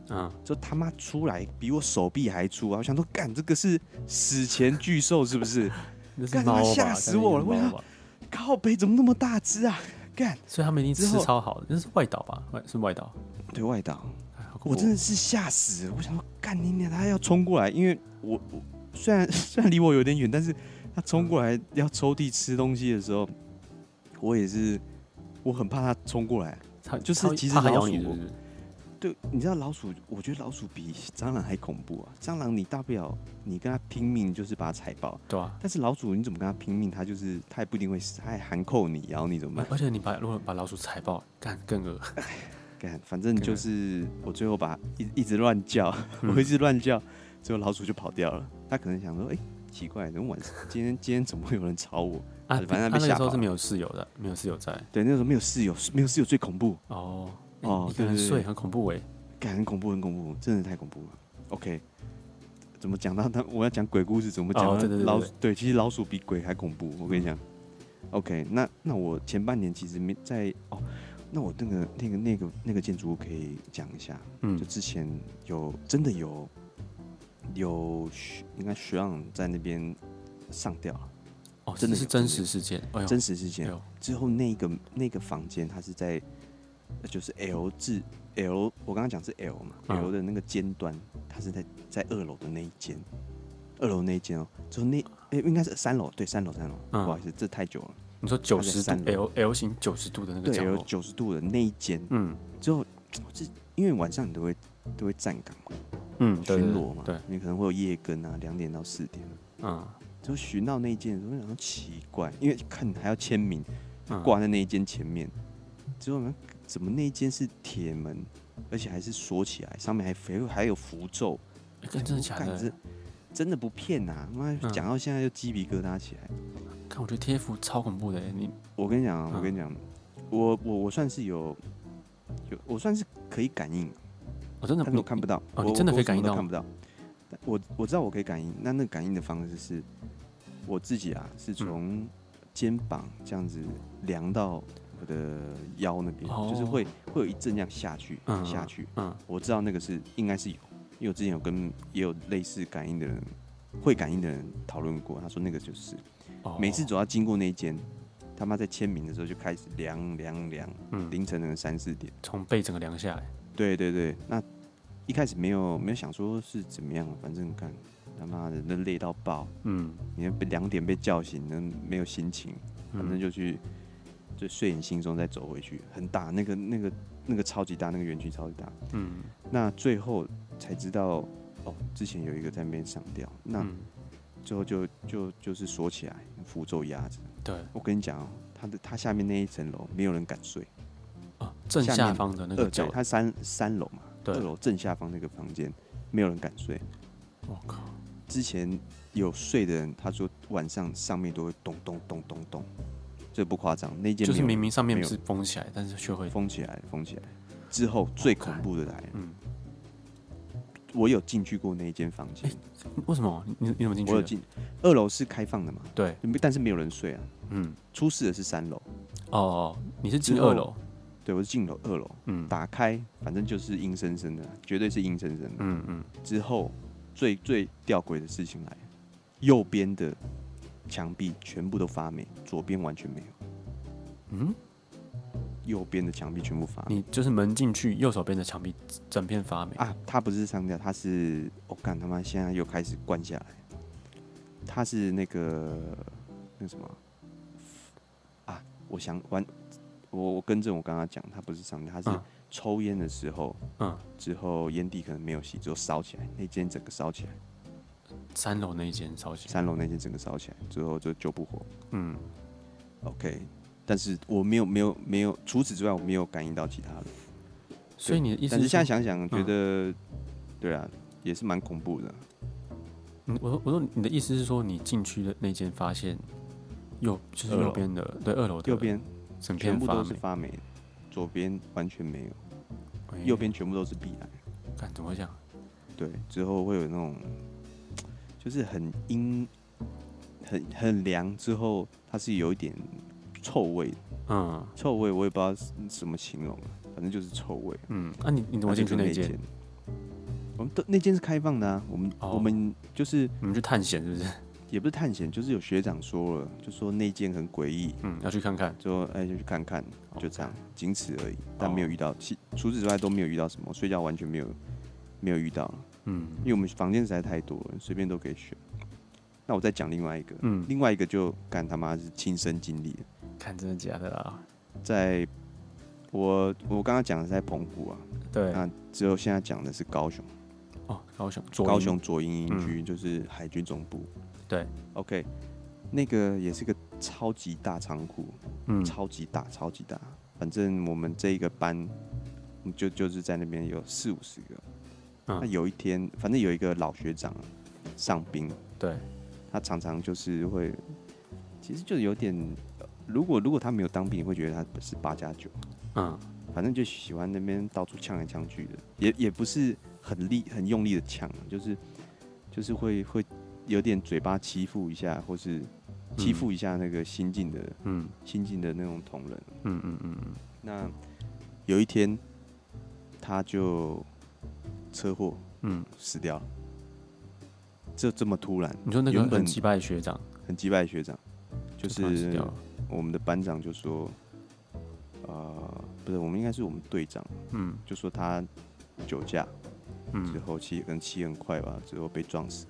Speaker 2: 嗯，
Speaker 1: 就他妈出来比我手臂还粗啊！我想说，干这个是史前巨兽是不 是？
Speaker 2: 那是
Speaker 1: 干他
Speaker 2: 猫
Speaker 1: 妈
Speaker 2: 吧？
Speaker 1: 吓死我了
Speaker 2: 那是
Speaker 1: 我
Speaker 2: 猫
Speaker 1: 想
Speaker 2: 吧？
Speaker 1: 靠背怎么那么大只啊？干，
Speaker 2: 所以他们一定
Speaker 1: 之
Speaker 2: 吃
Speaker 1: 后
Speaker 2: 超好的，那是外岛吧？外是外岛。
Speaker 1: 对外岛，
Speaker 2: 哎好恐
Speaker 1: 我
Speaker 2: 怖
Speaker 1: 真的是吓死了！我想说，干你娘，他要冲过来，因为我我虽然 虽然离我有点远，但是他冲过来要抽屉吃东西的时候，我也是我很怕他冲过来。
Speaker 2: 它
Speaker 1: 就是
Speaker 2: 它
Speaker 1: 其实
Speaker 2: 它还
Speaker 1: 老
Speaker 2: 咬你
Speaker 1: 鼠
Speaker 2: 是不是？
Speaker 1: 对，你知道老鼠，我觉得老鼠比蟑螂还恐怖啊！蟑螂你大不了你跟它拼命，就是把它踩爆。
Speaker 2: 对啊，
Speaker 1: 但是老鼠你怎么跟它拼命？它就是它也不一定会死，它还含扣你，咬你怎么办？
Speaker 2: 而且你把如果把老鼠踩爆，干更恶。
Speaker 1: 干，反正就是我最后把一一直乱叫，
Speaker 2: 嗯
Speaker 1: 我一直乱叫，最后老鼠就跑掉了。它可能想说，哎、奇怪，怎么晚上今天今天怎么会有人吵我？
Speaker 2: 啊，
Speaker 1: 反正他
Speaker 2: 他
Speaker 1: 被
Speaker 2: 那
Speaker 1: 吓
Speaker 2: 个时候
Speaker 1: 跑
Speaker 2: 是没有室友的，没有室友在。
Speaker 1: 对，那时候没有室友，没有室友最恐怖，
Speaker 2: 哦
Speaker 1: 哦
Speaker 2: 一个人
Speaker 1: 对对对
Speaker 2: 睡很恐怖哎。
Speaker 1: 感很恐怖，很恐怖，真的太恐怖了。OK，怎么讲到他？我要讲鬼故事，怎么讲到
Speaker 2: 哦对对对
Speaker 1: 老
Speaker 2: 对
Speaker 1: 鼠？对，其实老鼠比鬼还恐怖。我跟你讲、o k 那那我前半年其实没在哦，那我那个那个那个那个建筑物可以讲一下，
Speaker 2: 嗯
Speaker 1: 就，之前有真的有有学应该学长在那边上吊了，
Speaker 2: 哦，
Speaker 1: 真的
Speaker 2: 这是
Speaker 1: 有
Speaker 2: 真实事件。哎呦，
Speaker 1: 真实事
Speaker 2: 哎
Speaker 1: 件。
Speaker 2: 呦，
Speaker 1: 之后那个那个房间，它是在呃就是 L 字 L，我刚刚讲是 L 嘛、
Speaker 2: 嗯
Speaker 1: l 的那个尖端，它是在在二楼的那一间，二楼那一间哦、之后那诶、应该是三楼，对，三楼三楼，
Speaker 2: 嗯
Speaker 1: 不好意思，这太久了，
Speaker 2: 你说九十度
Speaker 1: 三楼
Speaker 2: L L 型九十度的那个
Speaker 1: 对
Speaker 2: 角
Speaker 1: ，L
Speaker 2: 落，
Speaker 1: 九十度的那一间，
Speaker 2: 嗯
Speaker 1: 之后这因为晚上你都会都会站岗
Speaker 2: 嗯，对
Speaker 1: 巡逻嘛，
Speaker 2: 对，对
Speaker 1: 你可能会有夜更啊，两点到四点啊，
Speaker 2: 嗯
Speaker 1: 之后巡到那一间的时候，我想说奇怪，因为看还要签名。
Speaker 2: 嗯，
Speaker 1: 挂在那一间前面。之后呢，怎么那一间是铁门，而且还是锁起来，上面还还有还有符咒，
Speaker 2: 哎干真的假
Speaker 1: 我干
Speaker 2: 的
Speaker 1: 这？真的不骗呐、啊！妈
Speaker 2: 嗯
Speaker 1: 讲到现在就鸡皮疙瘩起来。
Speaker 2: 看，我觉得贴符超恐怖的哎，你
Speaker 1: 我跟你讲啊，
Speaker 2: 嗯
Speaker 1: 我跟你讲，我我我算是有有，我算是可以感应，
Speaker 2: 我真的
Speaker 1: 但是我
Speaker 2: 不
Speaker 1: 看不到，
Speaker 2: 哦
Speaker 1: 我
Speaker 2: 你真的可以感应到
Speaker 1: 我什么都看不到。但我我知道我可以感应，那那个感应的方式是，我自己啊
Speaker 2: 嗯
Speaker 1: 是从肩膀这样子量到我的腰那边，
Speaker 2: 哦
Speaker 1: 就是会会有一阵这样下去、
Speaker 2: 嗯
Speaker 1: 下去。
Speaker 2: 嗯
Speaker 1: 我知道那个是应该是有，因为我之前有跟也有类似感应的人，会感应的人讨论过，他说那个就是、
Speaker 2: 哦，
Speaker 1: 每次只要经过那一间，他妈在签名的时候就开始量量量，
Speaker 2: 嗯
Speaker 1: 凌晨可能三四点。
Speaker 2: 从背整个量下来，
Speaker 1: 对对对，那一开始没有没有想说是怎么样，反正干他妈的那累到爆，
Speaker 2: 嗯
Speaker 1: 你被两点被叫醒，那没有心情，反正
Speaker 2: 嗯
Speaker 1: 就去就睡眼惺忪再走回去，很大那个那个那个超级大，那个园区超级大。
Speaker 2: 嗯
Speaker 1: 那最后才知道哦，之前有一个在那边上吊，那
Speaker 2: 嗯，
Speaker 1: 最后就就就是锁起来，符咒压着。
Speaker 2: 对
Speaker 1: 我跟你讲哦，他的他下面那一层楼没有人敢睡，
Speaker 2: 哦，正
Speaker 1: 下
Speaker 2: 下
Speaker 1: 面
Speaker 2: 方的那
Speaker 1: 二
Speaker 2: 个
Speaker 1: 对
Speaker 2: 角，
Speaker 1: 他三三楼嘛，
Speaker 2: 对
Speaker 1: 二楼正下方那个房间没有人敢睡。
Speaker 2: 我靠，
Speaker 1: 之前有睡的人，他说晚上上面都会咚咚咚咚咚，这不夸张。那间
Speaker 2: 就
Speaker 1: 没
Speaker 2: 是
Speaker 1: 有
Speaker 2: 明明上面
Speaker 1: 没有
Speaker 2: 是封起来，但是却会，
Speaker 1: 封起来，封起来之后最恐怖的来了。
Speaker 2: 嗯，
Speaker 1: 我有进去过那一间房间，
Speaker 2: 为什么？你你你怎么哎进去
Speaker 1: 我有
Speaker 2: 的？
Speaker 1: 进，二楼是开放的嘛，
Speaker 2: 对，
Speaker 1: 但是没有人睡啊。
Speaker 2: 嗯，
Speaker 1: 出事的是三楼，
Speaker 2: 哦哦，你是进
Speaker 1: 之后
Speaker 2: 二楼，
Speaker 1: 对我是进楼二楼，
Speaker 2: 嗯
Speaker 1: 打开反正就是阴森森的，绝对是阴森森的。
Speaker 2: 嗯嗯，
Speaker 1: 之后最最吊诡的事情来了，右边的墙壁全部都发霉，左边完全没有。
Speaker 2: 嗯，
Speaker 1: 右边的墙壁全部发霉
Speaker 2: 你就是门进去，右手边的墙壁整片发霉，
Speaker 1: 啊！它不是上吊，它是我干、他妈现在又开始灌下来，它是那个那什么啊？我想完，我我更正我刚刚讲，它不是上吊，它是
Speaker 2: 嗯
Speaker 1: 抽烟的时候。
Speaker 2: 嗯，
Speaker 1: 之后烟蒂可能没有吸，之后烧起来，那间整个烧起来，
Speaker 2: 三楼那一间烧起来，
Speaker 1: 三楼那间整个烧起来，之后就救不活。
Speaker 2: 嗯，
Speaker 1: OK，但是我没有没有没有，除此之外我没有感应到其他的。
Speaker 2: 所以你的意思
Speaker 1: 但是现在
Speaker 2: 说，
Speaker 1: 想想，觉得、对啊，也是蛮恐怖的。
Speaker 2: 嗯我说我说你的意思是说，你进去的那间发现右就是
Speaker 1: 二楼
Speaker 2: 右边的，对，二楼的
Speaker 1: 右边
Speaker 2: 整
Speaker 1: 全
Speaker 2: 片
Speaker 1: 部
Speaker 2: 发
Speaker 1: 都是
Speaker 2: 霉，
Speaker 1: 发霉，左边完全没有，
Speaker 2: 哎
Speaker 1: 右，边全部都是壁癌。
Speaker 2: 看怎么会这样？
Speaker 1: 对，之后会有那种就是很阴、很很凉，之后它是有一点臭味的，
Speaker 2: 嗯
Speaker 1: 臭味我也不知道是怎么形容啊，反正就是臭味。
Speaker 2: 嗯，那你你怎么进去那
Speaker 1: 间
Speaker 2: 间？？
Speaker 1: 我们都那间是开放的啊，我们、
Speaker 2: 哦
Speaker 1: 我们就是
Speaker 2: 你们去探险是不是？
Speaker 1: 也不是探险，就是有学长说了，就说那间很诡异，
Speaker 2: 嗯，要去看看，
Speaker 1: 就哎、就去看看，就
Speaker 2: 哦
Speaker 1: 这样，仅此而已。但没有遇到，其除此之外都没有遇到什么，睡觉完全没有没有遇到，
Speaker 2: 嗯
Speaker 1: 因为我们房间实在太多了，随便都可以选。那我再讲另外一个，
Speaker 2: 嗯，
Speaker 1: 另外一个就干他妈是亲身经历的，
Speaker 2: 看真的假的啦？
Speaker 1: 在我我刚刚讲的是在澎湖啊，
Speaker 2: 对，
Speaker 1: 那只有现在讲的是高雄，
Speaker 2: 哦，高雄，左
Speaker 1: 高
Speaker 2: 营嗯
Speaker 1: 雄左营营区就是海军总部。
Speaker 2: 对
Speaker 1: ，OK，那个也是个超级大仓库，
Speaker 2: 嗯，
Speaker 1: 超级大，超级大。反正我们这一个班，我们就就是在那边有四五十个。
Speaker 2: 嗯
Speaker 1: 那有一天，反正有一个老学长上兵，
Speaker 2: 对，
Speaker 1: 他常常就是会，其实就有点，呃如果如果他没有当兵，你会觉得他是八加九，
Speaker 2: 嗯，
Speaker 1: 反正就喜欢那边到处呛来呛去的，也也不是很力很用力的呛，啊就是就是会会有点嘴巴欺负一下，或是欺负一下那个新进的、
Speaker 2: 嗯，
Speaker 1: 新进的那种同仁。
Speaker 2: 嗯，嗯，嗯，嗯，
Speaker 1: 那有一天，他就车祸
Speaker 2: 嗯，
Speaker 1: 死掉了，这这么突然，
Speaker 2: 你说那个
Speaker 1: 原本
Speaker 2: 很击败的学长，
Speaker 1: 很击败学长，就
Speaker 2: 突然死
Speaker 1: 是
Speaker 2: 掉了，
Speaker 1: 我们的班长就说，呃，不是，我们应该是我们队长，
Speaker 2: 嗯，
Speaker 1: 就说他酒驾之
Speaker 2: 嗯，
Speaker 1: 后骑，可能骑很快吧，之后被撞死，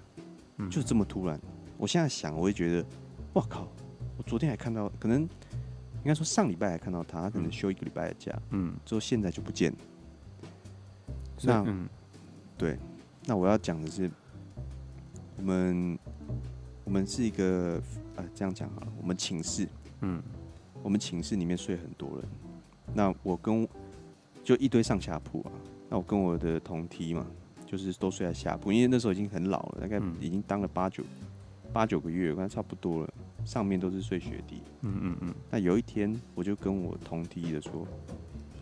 Speaker 2: 嗯
Speaker 1: 就这么突然。我现在想，我会觉得，哇靠！我昨天还看到，可能应该说上礼拜还看到他，他可能
Speaker 2: 嗯
Speaker 1: 休一个礼拜的假，
Speaker 2: 嗯，
Speaker 1: 之后现在就不见了。
Speaker 2: 所以
Speaker 1: 那
Speaker 2: 嗯，
Speaker 1: 对，那我要讲的是，我们我们是一个呃，这样讲好了，我们寝室，
Speaker 2: 嗯，
Speaker 1: 我们寝室里面睡很多人，那我跟就一堆上下铺啊，那我跟我的同梯嘛，就是都睡在下铺，因为那时候已经很老了，大概
Speaker 2: 嗯
Speaker 1: 已经当了八九八九个月，跟他差不多了，上面都是睡学弟，
Speaker 2: 嗯，嗯，嗯，
Speaker 1: 那有一天，我就跟我同梯的说：“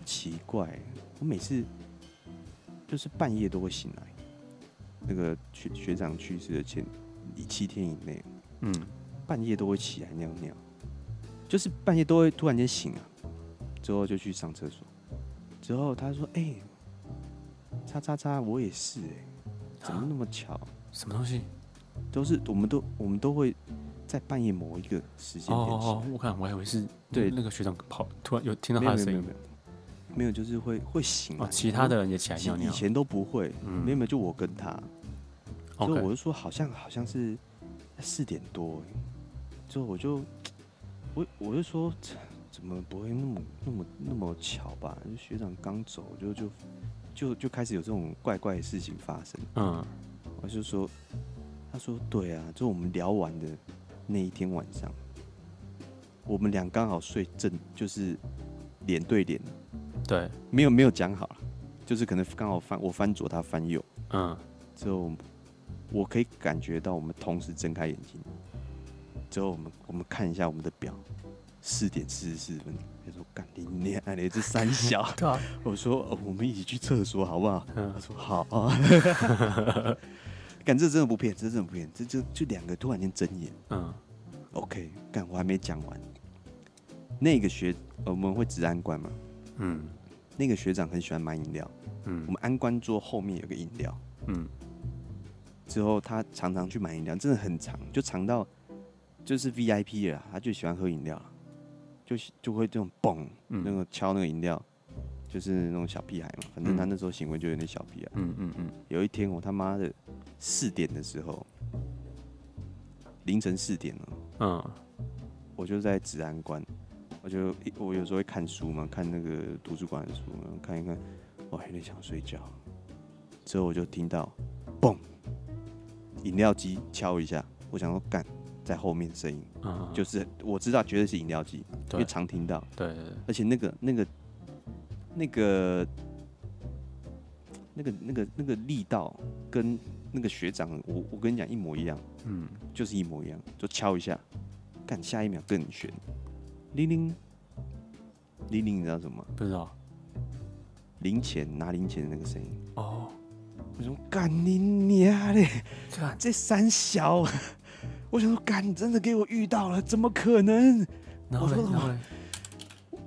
Speaker 1: 奇怪，我每次就是半夜都会醒来。那个学学长去世的前七天以内，
Speaker 2: 嗯，
Speaker 1: 半夜都会起来尿尿，就是半夜都会突然间醒啊。之后就去上厕所，之后他说：‘哎、叉叉叉，我也是哎、怎么那么巧？
Speaker 2: 什么东西？
Speaker 1: 都是我们都我们都会在半夜某一个时间
Speaker 2: 哦
Speaker 1: 点醒。’
Speaker 2: 哦哦，我看我还以为是
Speaker 1: 对
Speaker 2: 那个学长跑，突然有听到
Speaker 1: 没有
Speaker 2: 他的
Speaker 1: 没
Speaker 2: 声
Speaker 1: 有
Speaker 2: 音
Speaker 1: 没，有没有，就是会会醒
Speaker 2: 哦
Speaker 1: 来，
Speaker 2: 其他的人也起来
Speaker 1: 其
Speaker 2: 尿
Speaker 1: 以
Speaker 2: 尿，
Speaker 1: 前都不会，
Speaker 2: 嗯
Speaker 1: 没有没有，就我跟他，所以
Speaker 2: OK，
Speaker 1: 我就说好像好像是四点多，之后我就我我就说这怎么不会那么那么那么巧吧？就学长刚走就就就就开始有这种怪怪的事情发生，
Speaker 2: 嗯，
Speaker 1: 我就说，他说对啊，就我们聊完的那一天晚上，我们俩刚好睡正就是脸对脸。
Speaker 2: 对，
Speaker 1: 没有没有讲好了，就是可能刚好翻我翻左，他翻右，
Speaker 2: 嗯，
Speaker 1: 之后我们我可以感觉到我们同时睁开眼睛，之后我们我们看一下我们的表，四点四十四分，他说干你娘嘞，这三小，
Speaker 2: 对啊，
Speaker 1: 我说、哦我们一起去厕所好不好？
Speaker 2: 嗯
Speaker 1: 他说好啊， 干这真的不骗，这真的不骗，这就就两个突然间睁眼
Speaker 2: 嗯，
Speaker 1: ，OK，干我还没讲完，那个学我们会治安官嘛，
Speaker 2: 嗯，
Speaker 1: 那个学长很喜欢买饮料。我
Speaker 2: 嗯，
Speaker 1: 们安官桌后面有个饮料，
Speaker 2: 嗯，
Speaker 1: 之后他常常去买饮料，真的很长，就长到就是 VIP 了啦，他就喜欢喝饮料啦，就就会这种嘣，那
Speaker 2: 嗯，
Speaker 1: 个敲那个饮料，就是那种小屁孩嘛，反正他那时候行为就有点小屁孩。
Speaker 2: 嗯，嗯，嗯，
Speaker 1: 有一天我他妈的四点的时候，凌晨四点哦了，
Speaker 2: 嗯，
Speaker 1: 我就在治安关，我就我有时候会看书嘛，看那个图书馆的书，然后看一看，我有点想睡觉。之后我就听到嘣，饮料机敲一下，我想说干在后面声音，
Speaker 2: 嗯，
Speaker 1: 就是我知道绝对是饮料机，因为
Speaker 2: 对，
Speaker 1: 常听到，
Speaker 2: 对，对，
Speaker 1: 而且那个那个那个那个那个那个力道跟那个学长，我我跟你讲一模一样。
Speaker 2: 嗯，
Speaker 1: 就是一模一样，就敲一下，干下一秒更悬，铃铃铃铃，你知道什么吗？
Speaker 2: 不知道，
Speaker 1: 零钱拿零钱的那个声音，
Speaker 2: 哦，
Speaker 1: 我想说干你娘嘞，
Speaker 2: 看，
Speaker 1: 这三小，我想说干，你真的给我遇到了，怎么可能？
Speaker 2: 然后嘞，然后嘞，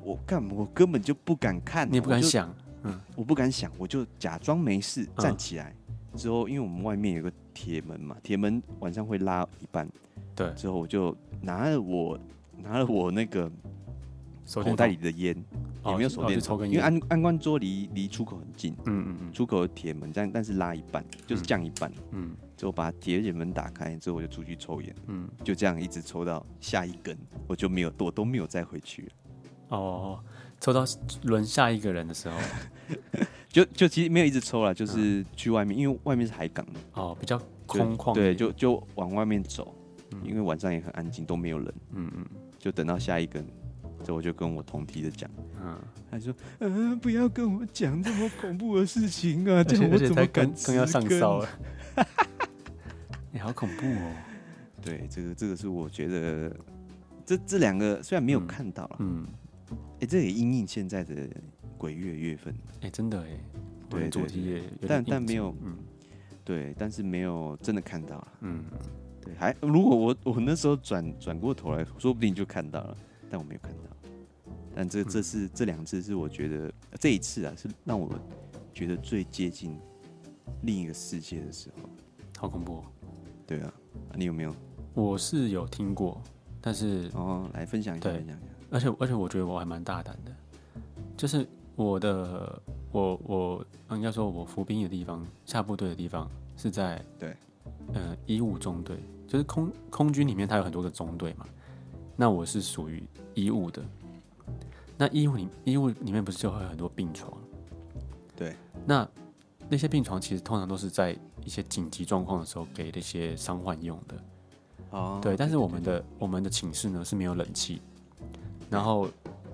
Speaker 1: 我干，我根本就不敢看，
Speaker 2: 你也不敢
Speaker 1: 我就，
Speaker 2: 想，嗯，
Speaker 1: 我不敢想，我就假装没事
Speaker 2: 嗯
Speaker 1: 站起来。之后，因为我们外面有个铁门嘛，铁门晚上会拉一半。
Speaker 2: 对
Speaker 1: 之后我就拿了我拿了我那个
Speaker 2: 手
Speaker 1: 口
Speaker 2: 电
Speaker 1: 袋
Speaker 2: 筒
Speaker 1: 里，的烟，
Speaker 2: 哦
Speaker 1: 也没有
Speaker 2: 就
Speaker 1: 手
Speaker 2: 哦
Speaker 1: 电
Speaker 2: 就抽
Speaker 1: 筒，
Speaker 2: 根
Speaker 1: 因为
Speaker 2: 烟
Speaker 1: 安安官桌离离出口很近，
Speaker 2: 嗯嗯
Speaker 1: 出口有铁门，但但是拉一半，就是降一半，
Speaker 2: 嗯
Speaker 1: 之后把铁铁门打开，之后我就出去抽烟，
Speaker 2: 嗯嗯，
Speaker 1: 就这样一直抽到下一根，我就没有，我都没有再回去了，
Speaker 2: 哦，抽到轮下一个人的时候，
Speaker 1: 就就其实没有一直
Speaker 2: 嗯
Speaker 1: 抽了，就是去外面，因为外面是海港嘛，
Speaker 2: 哦，比较
Speaker 1: 就
Speaker 2: 空旷一
Speaker 1: 对，
Speaker 2: 点，
Speaker 1: 就就往外面走，因为晚上也很安静，都没有人，
Speaker 2: 嗯嗯
Speaker 1: 就等到下一根，这我就跟我同梯的讲，
Speaker 2: 嗯，
Speaker 1: 他说，嗯、不要跟我讲这么恐怖的事情啊，
Speaker 2: 而
Speaker 1: 这
Speaker 2: 且
Speaker 1: 样
Speaker 2: 而
Speaker 1: 我
Speaker 2: 且
Speaker 1: 怎
Speaker 2: 他
Speaker 1: 么
Speaker 2: 刚
Speaker 1: 敢
Speaker 2: 刚要
Speaker 1: 吃
Speaker 2: 上
Speaker 1: 根
Speaker 2: 哨了，你、好恐怖哦，
Speaker 1: 对，这个这个是我觉得这这两个虽然没有
Speaker 2: 嗯
Speaker 1: 看到了，哎、
Speaker 2: 嗯，
Speaker 1: 这也因应现在的鬼月月份，
Speaker 2: 哎、真的哎，我
Speaker 1: 对
Speaker 2: 们主
Speaker 1: 对
Speaker 2: 题
Speaker 1: 对
Speaker 2: 也有
Speaker 1: 但
Speaker 2: 点
Speaker 1: 但
Speaker 2: 应
Speaker 1: 没
Speaker 2: 景
Speaker 1: 有
Speaker 2: 嗯
Speaker 1: 对，但是没有真的看到了，
Speaker 2: 嗯，
Speaker 1: 对，还如果我我那时候转转过头来，说不定就看到了，但我没有看到。但
Speaker 2: 嗯
Speaker 1: 这这是这两次是我觉得这一次啊，是让我觉得最接近另一个世界的时候。
Speaker 2: 好恐怖、哦。
Speaker 1: 对啊，啊你有没有？
Speaker 2: 我是有听过，但是
Speaker 1: 哦，来分享一下，
Speaker 2: 对
Speaker 1: 分享一下。
Speaker 2: 而且而且我觉得我还蛮大胆的，就是我的我我呃应该说我服兵役的地方，下部队的地方是在
Speaker 1: 对，
Speaker 2: 呃医务中队，就是空空军里面它有很多个中队嘛，那我是属于医务的，那医务里医务里面不是就会有很多病床，
Speaker 1: 对，
Speaker 2: 那那些病床其实通常都是在一些紧急状况的时候给那些伤患用的，
Speaker 1: 哦，
Speaker 2: 对，但是我们的我们的寝室呢是没有冷气，然后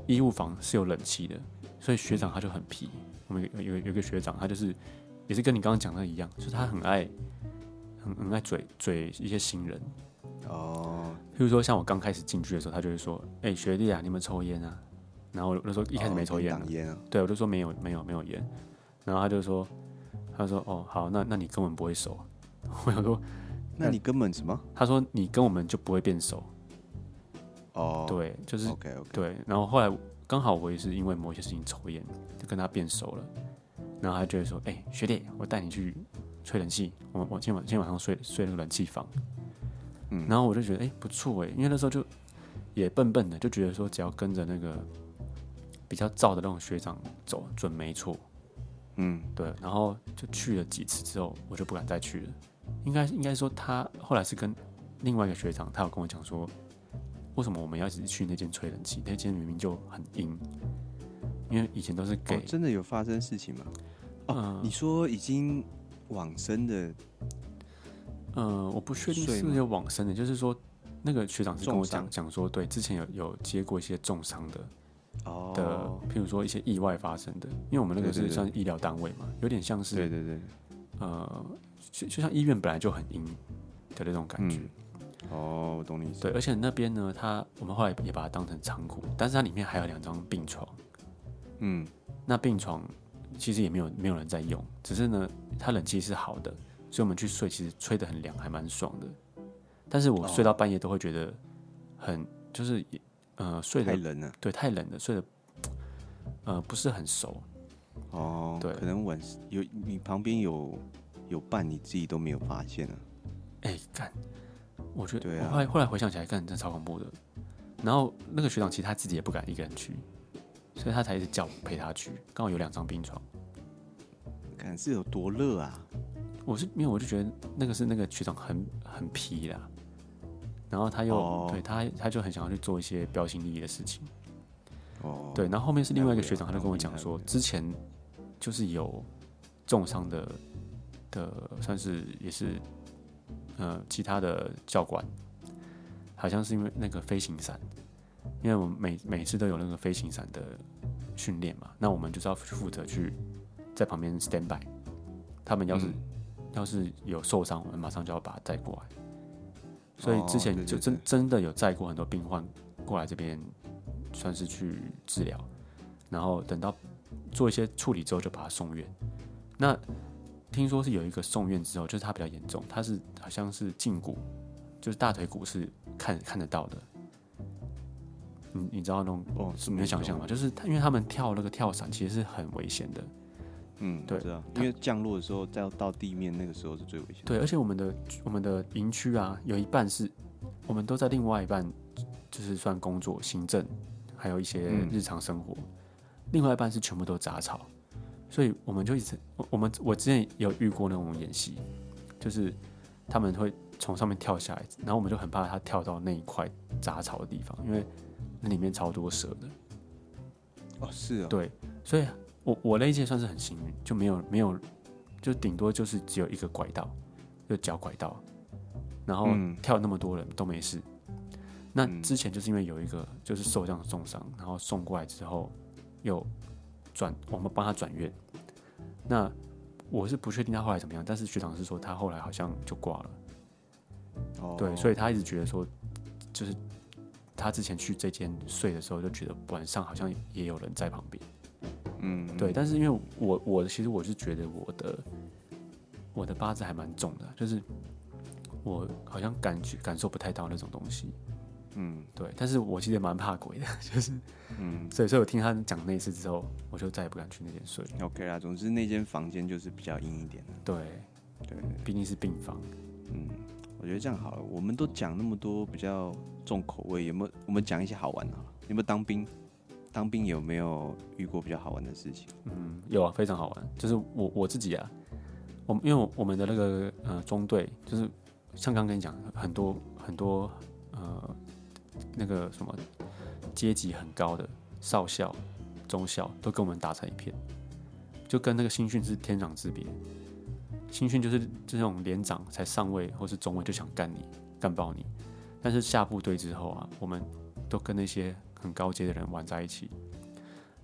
Speaker 2: 医务房是有冷气的，所以学长他就很皮。我们有有有一个学长，他就是也是跟你刚刚讲的一样，就是他很爱很很爱嘴嘴一些新人，
Speaker 1: 哦，
Speaker 2: 譬如说像我刚开始进去的时候，他就会说：“哎、学弟啊，你有没有抽烟啊？”然后我那时候一开始
Speaker 1: 哦
Speaker 2: 没抽
Speaker 1: 跟
Speaker 2: 烟啊、
Speaker 1: 挡烟啊，
Speaker 2: 对我就说没有没有没有烟，然后他就说他就说哦好，那那你根本不会熟。我想说，
Speaker 1: 那你根本什么？
Speaker 2: 他说你跟我们就不会变熟，
Speaker 1: 哦，
Speaker 2: 对，就是
Speaker 1: ，OK OK，
Speaker 2: 对，然后后来刚好我也是因为某些事情抽烟，就跟他变熟了。然后他就会说：“哎、学弟，我带你去吹冷气，我我今天晚今天晚上睡睡那个冷气房。”
Speaker 1: 嗯
Speaker 2: 然后我就觉得哎、不错哎，因为那时候就也笨笨的，就觉得说只要跟着那个比较燥的那种学长走，准没错。
Speaker 1: 嗯，
Speaker 2: 对，然后就去了几次之后，我就不敢再去了。应该应该说，他后来是跟另外一个学长，他有跟我讲说，为什么我们要一直去那间吹冷气？那间明明就很阴，因为以前都是给、嗯
Speaker 1: 哦，真的有发生事情吗？哦，你说已经往生的
Speaker 2: 呃，我不确定
Speaker 1: 睡
Speaker 2: 是不
Speaker 1: 吗
Speaker 2: 是有往生的，就是说那个学长是跟我
Speaker 1: 重
Speaker 2: 讲
Speaker 1: 伤
Speaker 2: 讲说，对，之前有有接过一些重伤的
Speaker 1: 哦
Speaker 2: 的，譬如说一些意外发生的，因为我们那个
Speaker 1: 对对
Speaker 2: 是
Speaker 1: 对
Speaker 2: 算医疗单位嘛，有点像是
Speaker 1: 对对对，
Speaker 2: 呃，就就像医院本来就很阴的那种感觉。
Speaker 1: 嗯，哦，我懂你意思，
Speaker 2: 对，而且那边呢，它我们后来也把它当成仓库，但是它里面还有两张病床。
Speaker 1: 嗯，
Speaker 2: 那病床其实也没有没有人在用，只是呢，它冷气是好的，所以我们去睡其实吹得很凉，还蛮爽的。但是我睡到半夜都会觉得很就是呃睡
Speaker 1: 太
Speaker 2: 得
Speaker 1: 冷了，
Speaker 2: 对太冷了，睡得呃不是很熟。
Speaker 1: 哦，
Speaker 2: 对
Speaker 1: 可能晚有你旁边有有伴，你自己都没有发现啊，
Speaker 2: 哎、干，我觉得
Speaker 1: 对
Speaker 2: 我
Speaker 1: 啊
Speaker 2: 后来后来回想起来，干真的超恐怖的。然后那个学长其实他自己也不敢一个人去，所以他才一直叫我陪他去。刚好有两张病床。
Speaker 1: 看是有多热啊，
Speaker 2: 我是没有，我就觉得那个是那个学长很很皮啦，然后他又、
Speaker 1: 哦
Speaker 2: 对他他就很想要去做一些标新立异的事情，
Speaker 1: 哦，
Speaker 2: 对，，然后后面是另外一个
Speaker 1: 太无聊
Speaker 2: 学长，他就跟我讲
Speaker 1: 太无
Speaker 2: 说
Speaker 1: 聊，
Speaker 2: 之前就是有重伤的的，算是也是呃其他的教官，好像是因为那个飞行伞，因为我们每每次都有那个飞行伞的训练嘛，那我们就是要负责去在旁边 stand by，他们要
Speaker 1: 嗯
Speaker 2: 是、要是有受伤，我们马上就要把他载过来。所以之
Speaker 1: 哦对
Speaker 2: 前
Speaker 1: 对
Speaker 2: 就真、
Speaker 1: 对
Speaker 2: 真的有载过很多病患过来这边，算是去治疗，然后等到做一些处理之后就把他送院。那听说是有一个送院之后，就是他比较严重，他是好像是胫骨，就是大腿骨是看看得到的。你你知道那种
Speaker 1: 哦，
Speaker 2: 你能想象吗？？就是他因为他们跳那个跳伞其实是很危险的，
Speaker 1: 嗯，
Speaker 2: 对
Speaker 1: 对啊，
Speaker 2: 他
Speaker 1: 因为降落的时候，再到地面那个时候是最危险的，
Speaker 2: 对，而且我们的我们的营区啊，有一半是，我们都在另外一半，就是算工作、行政，还有一些
Speaker 1: 嗯
Speaker 2: 日常生活，另外一半是全部都杂草，所以我们就一直，我我们我之前也有遇过那种演习，就是他们会从上面跳下来，然后我们就很怕他跳到那一块杂草的地方，因为那里面超多蛇的，
Speaker 1: 哦，是啊，
Speaker 2: 对，所以我我那一届算是很幸运，就没有没有，就顶多就是只有一个拐道，就脚拐道，然后
Speaker 1: 嗯
Speaker 2: 跳那么多人都没事。那
Speaker 1: 嗯
Speaker 2: 之前就是因为有一个就是受这样的重伤，然后送过来之后又转，我们帮他转院。那我是不确定他后来怎么样，但是学长是说他后来好像就挂了。
Speaker 1: 哦
Speaker 2: 对，所以他一直觉得说，就是他之前去这间睡的时候，就觉得晚上好像也有人在旁边。
Speaker 1: 嗯，
Speaker 2: 对，但是因为我我其实我是觉得我的我的八字还蛮重的，就是我好像感觉感受不太到那种东西。
Speaker 1: 嗯
Speaker 2: 对，但是我其实也蛮怕鬼的， 就是
Speaker 1: 嗯
Speaker 2: 所以所以我听他讲那一次之后，我就再也不敢去那间睡。
Speaker 1: ，OK 啦。总之那间房间就是比较阴一点的，
Speaker 2: 对，
Speaker 1: 对，
Speaker 2: 毕竟是病房。
Speaker 1: 嗯，我觉得这样好了。我们都讲那么多比较重口味，有没有？我们讲一些好玩的好了。有没有当兵？当兵有没有遇过比较好玩的事情？
Speaker 2: 嗯，有啊，非常好玩。就是我我自己啊，我们因为我我们的那个呃中队，就是像刚跟你讲，很多很多呃那个什么阶级很高的少校、中校都跟我们打成一片，就跟那个新训是天壤之别。新训就是这种连长才上尉或是中尉就想干你，干爆你。但是下部队之后啊，我们都跟那些很高阶的人玩在一起，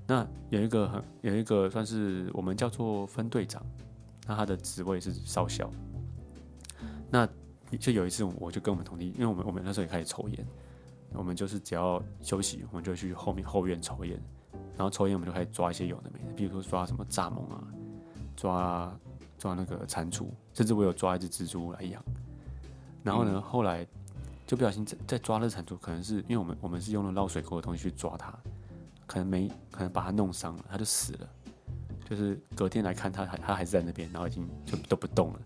Speaker 2: 那有一个很有一个算是我们叫做分队长，那他的职位是少校。那就有一次，我就跟我们同弟，因为我们我们那时候也开始抽烟，我们就是只要休息，我们就去后面后院抽烟，然后抽烟我们就开始抓一些有的没的，比如说抓什么蚱蜢啊，抓抓那个蟾蜍，甚至我有抓一只蜘蛛来养。然后呢，后来就不小心在在抓那蟾蜍，可能是因为我们我们是用了绕水沟的东西去抓它，可能没可能把它弄伤了，它就死了。就是隔天来看它，还它还是在那边，然后已经就都不动了。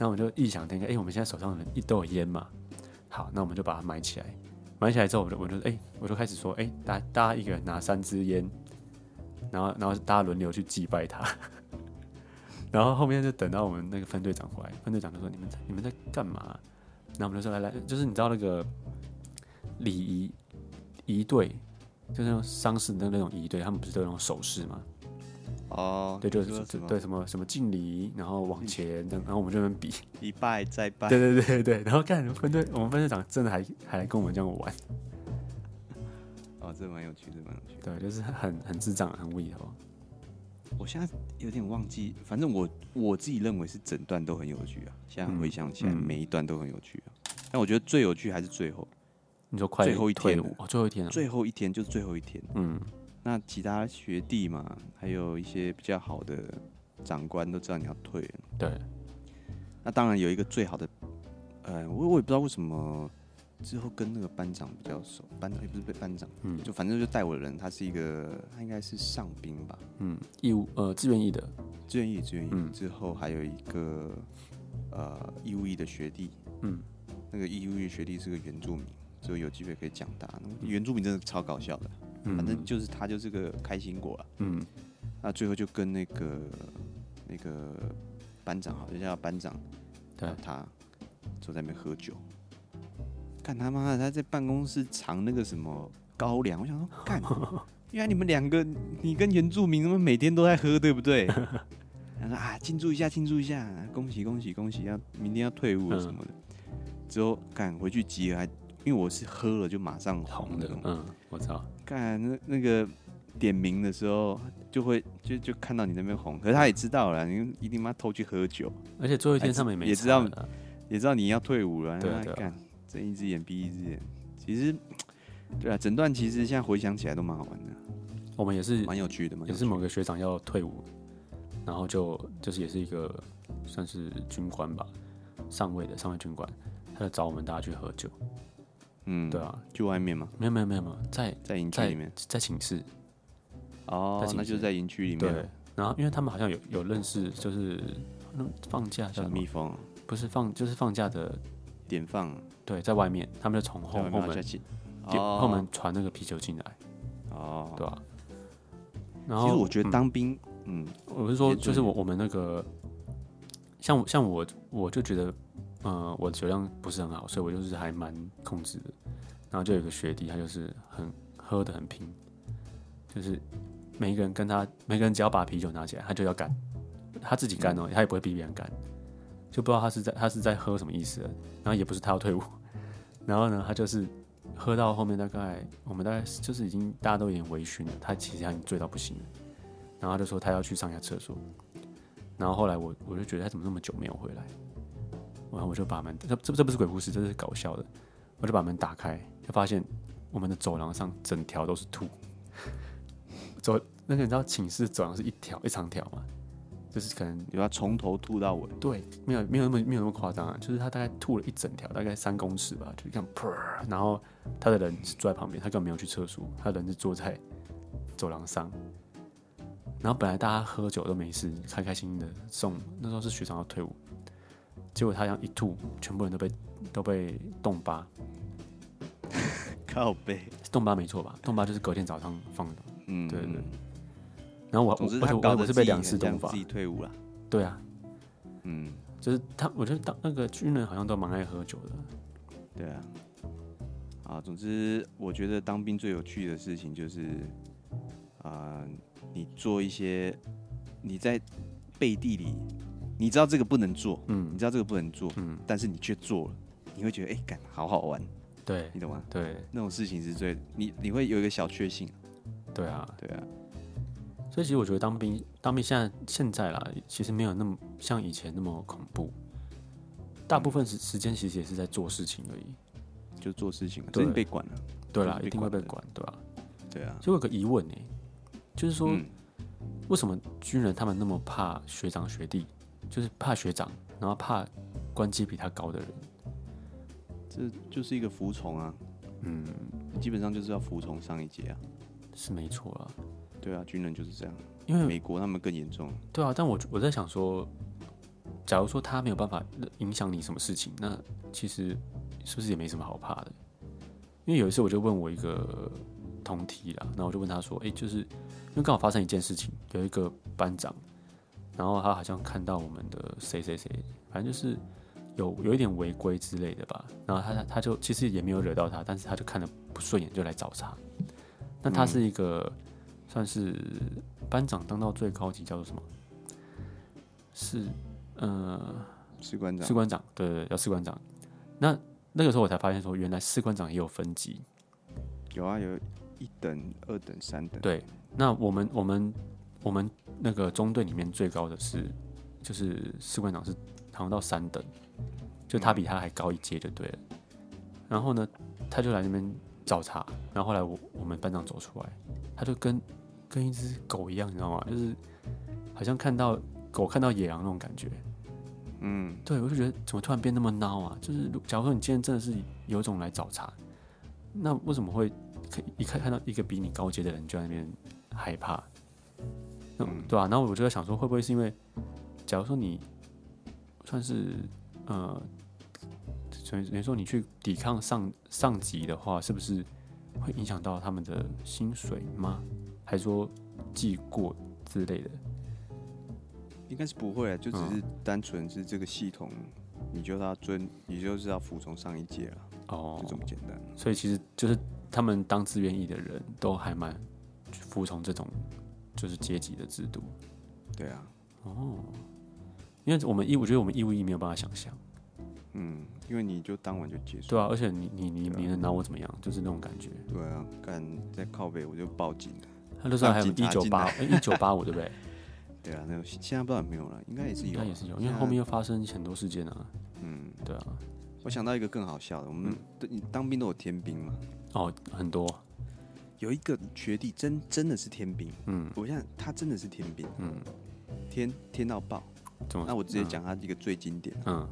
Speaker 2: 那我们就异想天开，哎、我们现在手上有一都有烟嘛，好，那我们就把它埋起来。埋起来之后，我就我就哎、我就开始说，哎、大大家一个人拿三支烟，然后然后大家轮流去祭拜它。 然后后面就等到我们那个分队长回来，分队长就说：“你们在你们在干嘛？”然后我们就说：“来来，就是你知道那个礼仪仪队，就是那种丧事的那种仪队，他们不是都有那种手势吗？
Speaker 1: 哦，
Speaker 2: 对，就是
Speaker 1: 你说什
Speaker 2: 就
Speaker 1: 么
Speaker 2: 对什么什么敬礼，然后往前，然后我们就在那边比，
Speaker 1: 一拜再拜，
Speaker 2: 对对对对，然后看分队，我们分队长真的还还来跟我们这样玩，
Speaker 1: 哦，这蛮有趣，这蛮有趣。
Speaker 2: 对，就是很很智障，很无厘头。
Speaker 1: 我现在有点忘记，反正我我自己认为是整段都很有趣啊。现在回想起来，
Speaker 2: 嗯嗯
Speaker 1: 每一段都很有趣啊。但我觉得最有趣还是最后
Speaker 2: 你说快
Speaker 1: 最后一
Speaker 2: 退
Speaker 1: 天
Speaker 2: 伍哦，最后一天了，
Speaker 1: 最后一天，就是最后一天。
Speaker 2: 嗯，
Speaker 1: 那其他学弟嘛，还有一些比较好的长官都知道你要退了。
Speaker 2: 对，
Speaker 1: 那当然有一个最好的，呃，我我也不知道为什么之后跟那个班长比较熟，班长也不是班长，
Speaker 2: 嗯
Speaker 1: 就反正就带我的人，他是一个他应该是上兵吧，
Speaker 2: 嗯，义务呃自愿意的，
Speaker 1: 志愿役志愿役、
Speaker 2: 嗯
Speaker 1: 之后还有一个呃义务役的学弟，
Speaker 2: 嗯，
Speaker 1: 那个义务役学弟是个原住民，所以有机会可以讲他。那原住民真的超搞笑的，
Speaker 2: 嗯
Speaker 1: 反正就是他就是个开心果了。
Speaker 2: 嗯
Speaker 1: 那最后就跟那个那个班长，好像叫他班长，
Speaker 2: 对
Speaker 1: 然后他坐在那边喝酒，干他妈的，他在办公室藏那个什么高粱，我想说 干，原来你们两个，你跟原住民他们每天都在喝，对不 对？然后说啊，庆祝一下，庆祝一下，恭喜恭喜恭喜，要明天要退伍了
Speaker 2: 嗯
Speaker 1: 什么的。之后赶回去集合，还因为我是喝了就马上红
Speaker 2: 红
Speaker 1: 的
Speaker 2: 的
Speaker 1: 那种，，
Speaker 2: 嗯，我知道，
Speaker 1: 干那那个点名的时候，就会就就看到你那边红，可是他也知道了，你一定妈偷去喝酒，
Speaker 2: 而且最后一天他们也没
Speaker 1: 也知道
Speaker 2: 查了
Speaker 1: 也知道你要退伍了，
Speaker 2: 对啊
Speaker 1: 那
Speaker 2: 对啊
Speaker 1: 干睁一只眼闭一只眼。其实，对啊，整段其实现在回想起来都蛮好玩的，
Speaker 2: 我们也是
Speaker 1: 蛮有趣的，蛮有
Speaker 2: 也
Speaker 1: 趣
Speaker 2: 是
Speaker 1: 的
Speaker 2: 某个学长要退伍，然后就就是也是一个算是军官吧，上尉的上尉军官，他就找我们大家去喝酒。
Speaker 1: 嗯，
Speaker 2: 对，啊，
Speaker 1: 去外面嘛，
Speaker 2: 没有没有没有没有，在
Speaker 1: 在营区
Speaker 2: 在
Speaker 1: 里面
Speaker 2: 在寝室。在
Speaker 1: 哦，
Speaker 2: 寝室
Speaker 1: 那就是在营区里面啊
Speaker 2: 对，然后因为他们好像有有认识，就是那放假叫
Speaker 1: 小
Speaker 2: 什
Speaker 1: 蜜
Speaker 2: 么？
Speaker 1: 蜂
Speaker 2: 不是放就是放假的，
Speaker 1: 点放
Speaker 2: 对，在外面，他们就从后
Speaker 1: 在外
Speaker 2: 后
Speaker 1: 面要
Speaker 2: 门
Speaker 1: 下去，
Speaker 2: 丢
Speaker 1: 哦
Speaker 2: 后门传那个啤酒进来，
Speaker 1: 哦，
Speaker 2: 对吧、然后
Speaker 1: 其实我觉得
Speaker 2: 嗯
Speaker 1: 当兵，嗯，
Speaker 2: 我是说，
Speaker 1: 也准
Speaker 2: 就是我我们那个，像我像我我就觉得，呃，我的酒量不是很好，所以我就是还蛮控制的。然后就有一个学弟，他就是很喝的很拼，就是每一个人跟他，每个人只要把啤酒拿起来，他就要干，他自己干哦，他也不会逼别人干，就不知道他是在他是在喝什么意思了。然后也不是他要退伍， 然后呢，他就是喝到后面大概我们大概就是已经大家都有点微醺了，他其实他已经醉到不行了，然后他就说他要去上一下厕所，然后后来我我就觉得他怎么那么久没有回来，然后我就把门这这这不是鬼故事，这是搞笑的，我就把门打开，就发现我们的走廊上整条都是吐。 走那个你知道寝室走廊是一条一长条嘛，就是可能
Speaker 1: 你要从头吐到尾，
Speaker 2: 对没有没有那么没有那么夸张啊，就是他大概吐了一整条，大概三公尺吧，就这样噗，然后他的人是坐在旁边，他根本没有去厕所，他人是坐在走廊上。然后本来大家喝酒都没事，开开心心的送，那时候是学长要退伍，结果他这样一吐，全部人都被都被冻巴，
Speaker 1: 靠背，
Speaker 2: 是冻巴没错吧？冻巴就是隔天早上放的，
Speaker 1: 嗯，
Speaker 2: 对对
Speaker 1: 嗯。
Speaker 2: 然后我我
Speaker 1: 总之
Speaker 2: 而
Speaker 1: 他
Speaker 2: 且
Speaker 1: 搞
Speaker 2: 我
Speaker 1: 得
Speaker 2: 我是
Speaker 1: 自
Speaker 2: 被
Speaker 1: 己
Speaker 2: 两
Speaker 1: 很
Speaker 2: 次
Speaker 1: 像
Speaker 2: 冻巴
Speaker 1: 自，己退伍了，
Speaker 2: 对啊，
Speaker 1: 嗯，
Speaker 2: 就是他，我觉得当那个军人好像都蛮爱喝酒的。
Speaker 1: 对啊。啊，总之我觉得当兵最有趣的事情就是，啊、你做一些你在背地里，你知道这个不能做，
Speaker 2: 嗯
Speaker 1: 你知道这个不能做，
Speaker 2: 嗯，
Speaker 1: 但是你却做了，你会觉得哎，干、好好玩，
Speaker 2: 对
Speaker 1: 你懂吗？
Speaker 2: 对
Speaker 1: 那种事情是最你你会有一个小确幸，
Speaker 2: 对啊，
Speaker 1: 对啊，
Speaker 2: 所以其实我觉得当兵，当兵现在现在啦，其实没有那么像以前那么恐怖。大部分时时间其实也是在做事情而已。
Speaker 1: 就做事情，只
Speaker 2: 对
Speaker 1: 是你被管了，
Speaker 2: 对啦
Speaker 1: 就，是被
Speaker 2: 一定会被
Speaker 1: 管的
Speaker 2: 管，对吧、
Speaker 1: 对啊，
Speaker 2: 就有个疑问呢、就是说、
Speaker 1: 嗯，
Speaker 2: 为什么军人他们那么怕学长学弟，就是怕学长，然后怕官阶比他高的人？
Speaker 1: 这就是一个服从啊，
Speaker 2: 嗯，
Speaker 1: 基本上就是要服从上一节啊，
Speaker 2: 是没错啊，
Speaker 1: 对啊，军人就是这样，
Speaker 2: 因为
Speaker 1: 美国他们更严重，
Speaker 2: 对啊，但我我在想说，假如说他没有办法影响你什么事情，那其实是不是也没什么好怕的？因为有一次我就问我一个同梯啦，然后我就问他说：“诶，就是因为刚好发生一件事情，有一个班长，然后他好像看到我们的谁谁谁，反正就是有有一点违规之类的吧。然后他他他就其实也没有惹到他，但是他就看的不顺眼，就来找茬。那他是一个、算是班长当到最高级叫做什么？是呃
Speaker 1: 士官长
Speaker 2: 士，官长，对对对，叫士官长。那那个时候我才发现说，原来士官长也有分级。
Speaker 1: 有啊，有一等、二等、三等。
Speaker 2: 对，那我们我们我们那个中队里面最高的是，就是士官长是好像到三等，就他比他还高一阶就对了。然后呢，他就来那边找茬，然后后来我我们班长走出来，他就跟跟一只狗一样，你知道吗？就是好像看到狗看到野狼那种感觉。
Speaker 1: 嗯，
Speaker 2: 对，我就觉得怎么突然变那么孬啊？就是如假如说你今天真的是有种来找茬，那为什么会可以一看看到一个比你高阶的人就在那边害怕？那
Speaker 1: 嗯
Speaker 2: 对吧、然后我就在想说，会不会是因为，假如说你算是呃，所以等于说你去抵抗上上级的话，是不是会影响到他们的薪水吗？还是说记过之类的？
Speaker 1: 应该是不会啊，就只
Speaker 2: 嗯
Speaker 1: 是单纯是这个系统，你就要遵，你就是要服从上一届了，
Speaker 2: 哦
Speaker 1: 就这么简单。
Speaker 2: 所以其实就是他们当自愿役的人都还蛮服从这种就是阶级的制度，
Speaker 1: 对啊，
Speaker 2: 哦因为我们义我觉得我们义务役没有办法想象，
Speaker 1: 嗯，因为你就当晚就结束。
Speaker 2: 对啊，嗯而且你你你你能拿我怎么样？就是那种感觉。
Speaker 1: 对啊，干在靠北我就报警了。
Speaker 2: 他那时候还有
Speaker 1: 让警
Speaker 2: 一
Speaker 1: 察
Speaker 2: 九
Speaker 1: 进
Speaker 2: 八
Speaker 1: 来
Speaker 2: 一九八五对不对？
Speaker 1: 对啊，那个现在不知道有没有了，应该也是
Speaker 2: 应
Speaker 1: 有
Speaker 2: 该
Speaker 1: 啊，
Speaker 2: 也是有，因为
Speaker 1: 现在
Speaker 2: 后面又发生很多事件啊，
Speaker 1: 嗯，
Speaker 2: 对啊，
Speaker 1: 我想到一个更好笑的，我
Speaker 2: 嗯
Speaker 1: 们对你当兵都有天兵嘛，
Speaker 2: 哦，很多，
Speaker 1: 有一个学弟真真的是天兵，
Speaker 2: 嗯
Speaker 1: 我现在他真的是天兵，
Speaker 2: 嗯，
Speaker 1: 天天到爆。
Speaker 2: 怎么？
Speaker 1: 那我直接讲他一个最经典的，
Speaker 2: 嗯，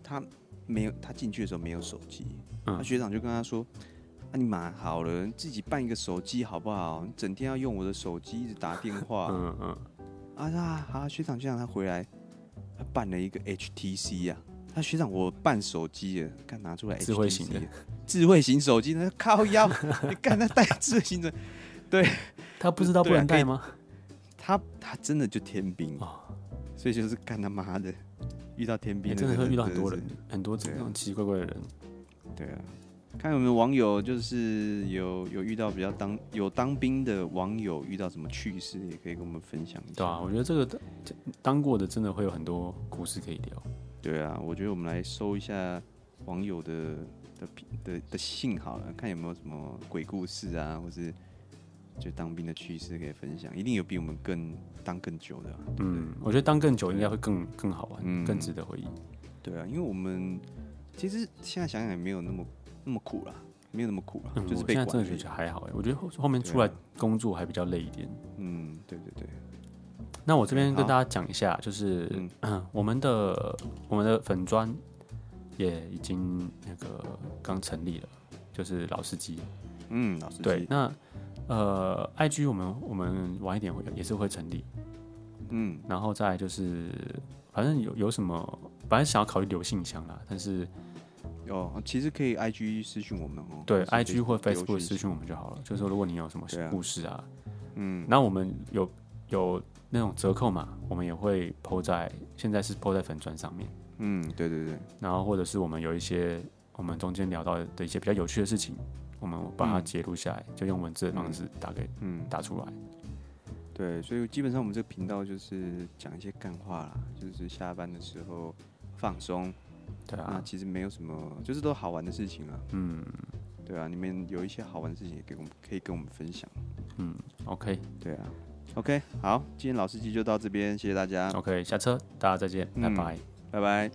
Speaker 1: 他没有，他进去的时候没有手机，
Speaker 2: 嗯
Speaker 1: 那学长就跟他说：“啊，你买好了，你自己办一个手机好不好？你整天要用我的手机一直打电话。
Speaker 2: 嗯嗯
Speaker 1: 啊，那啊，学长就让他回来，他办了一个 HTC 呀、啊。他学长，我办手机了，干拿出来 HTC
Speaker 2: 智慧型的
Speaker 1: 了智慧型手机，那靠腰，你干他带智慧型的，
Speaker 2: 嗯，他不知道不能带吗？
Speaker 1: 他他真的就天兵，
Speaker 2: 哦
Speaker 1: 所以就是干他妈的，遇到天兵
Speaker 2: 你
Speaker 1: 了
Speaker 2: 哎真的会遇到很多
Speaker 1: 是
Speaker 2: 人，很多这
Speaker 1: 对啊
Speaker 2: 种奇奇怪怪的人，
Speaker 1: 对啊，看有没有网友就是有有遇到比较当有当兵的网友遇到什么趣事，也可以跟我们分享一下。
Speaker 2: 对啊，我觉得这个当当过的真的会有很多故事可以聊。
Speaker 1: 对啊，我觉得我们来搜一下网友的的的的信好了，看有没有什么鬼故事啊，或是就当兵的趣事可以分享。一定有比我们更当更久的啊、
Speaker 2: 嗯，我觉得当更久应该会更更好玩，
Speaker 1: 嗯
Speaker 2: 更值得回忆。
Speaker 1: 对啊，因为我们其实现在想想也没有那么那么苦啦，没有那么苦啦，
Speaker 2: 嗯，
Speaker 1: 就是
Speaker 2: 我
Speaker 1: 被
Speaker 2: 现在
Speaker 1: 管
Speaker 2: 真
Speaker 1: 而
Speaker 2: 的觉
Speaker 1: 已。
Speaker 2: 得还好哎，我觉得后后面
Speaker 1: 对啊
Speaker 2: 出来工作还比较累一点。
Speaker 1: 嗯，对对对，
Speaker 2: 那我这边跟
Speaker 1: 好
Speaker 2: 大家讲一下，就是、
Speaker 1: 嗯
Speaker 2: 嗯我们的我们的粉砖也已经那个刚成立了，就是老司机。
Speaker 1: 嗯，老师
Speaker 2: 对，，那呃，IG 我们我们晚一点会也是会成立，
Speaker 1: 嗯，
Speaker 2: 然后再来就是反正有有什么，本来想要考虑留信箱啦，但是
Speaker 1: 哦，其实可以 IG 私讯我们哦。或
Speaker 2: 对
Speaker 1: 是
Speaker 2: ，IG 或
Speaker 1: 可以留
Speaker 2: Facebook
Speaker 1: 讯
Speaker 2: 私
Speaker 1: 息
Speaker 2: 讯我们就好了。就是说如果你有什么
Speaker 1: 对啊
Speaker 2: 故事啊，
Speaker 1: 嗯，
Speaker 2: 那我们有有那种折扣嘛，我们也会 PO 在现在是 PO 在粉砖上面。
Speaker 1: 嗯，对对对，
Speaker 2: 然后或者是我们有一些我们中间聊到的一些比较有趣的事情，我们把它
Speaker 1: 嗯
Speaker 2: 截录下来，就用文字的方式打给、
Speaker 1: 嗯，
Speaker 2: 打出来。
Speaker 1: 对，所以基本上我们这个频道就是讲一些干话啦，就是下班的时候放松，
Speaker 2: 对
Speaker 1: 那
Speaker 2: 啊，
Speaker 1: 其实没有什么，就是都好玩的事情啊。
Speaker 2: 嗯
Speaker 1: 对啊，你们有一些好玩的事情也给我们可以跟我们分享。
Speaker 2: 嗯，OK
Speaker 1: 对啊，OK，好，今天老司机就到这边，谢谢大家，
Speaker 2: OK，下车，大家再见，
Speaker 1: 嗯
Speaker 2: 拜拜。
Speaker 1: 拜拜。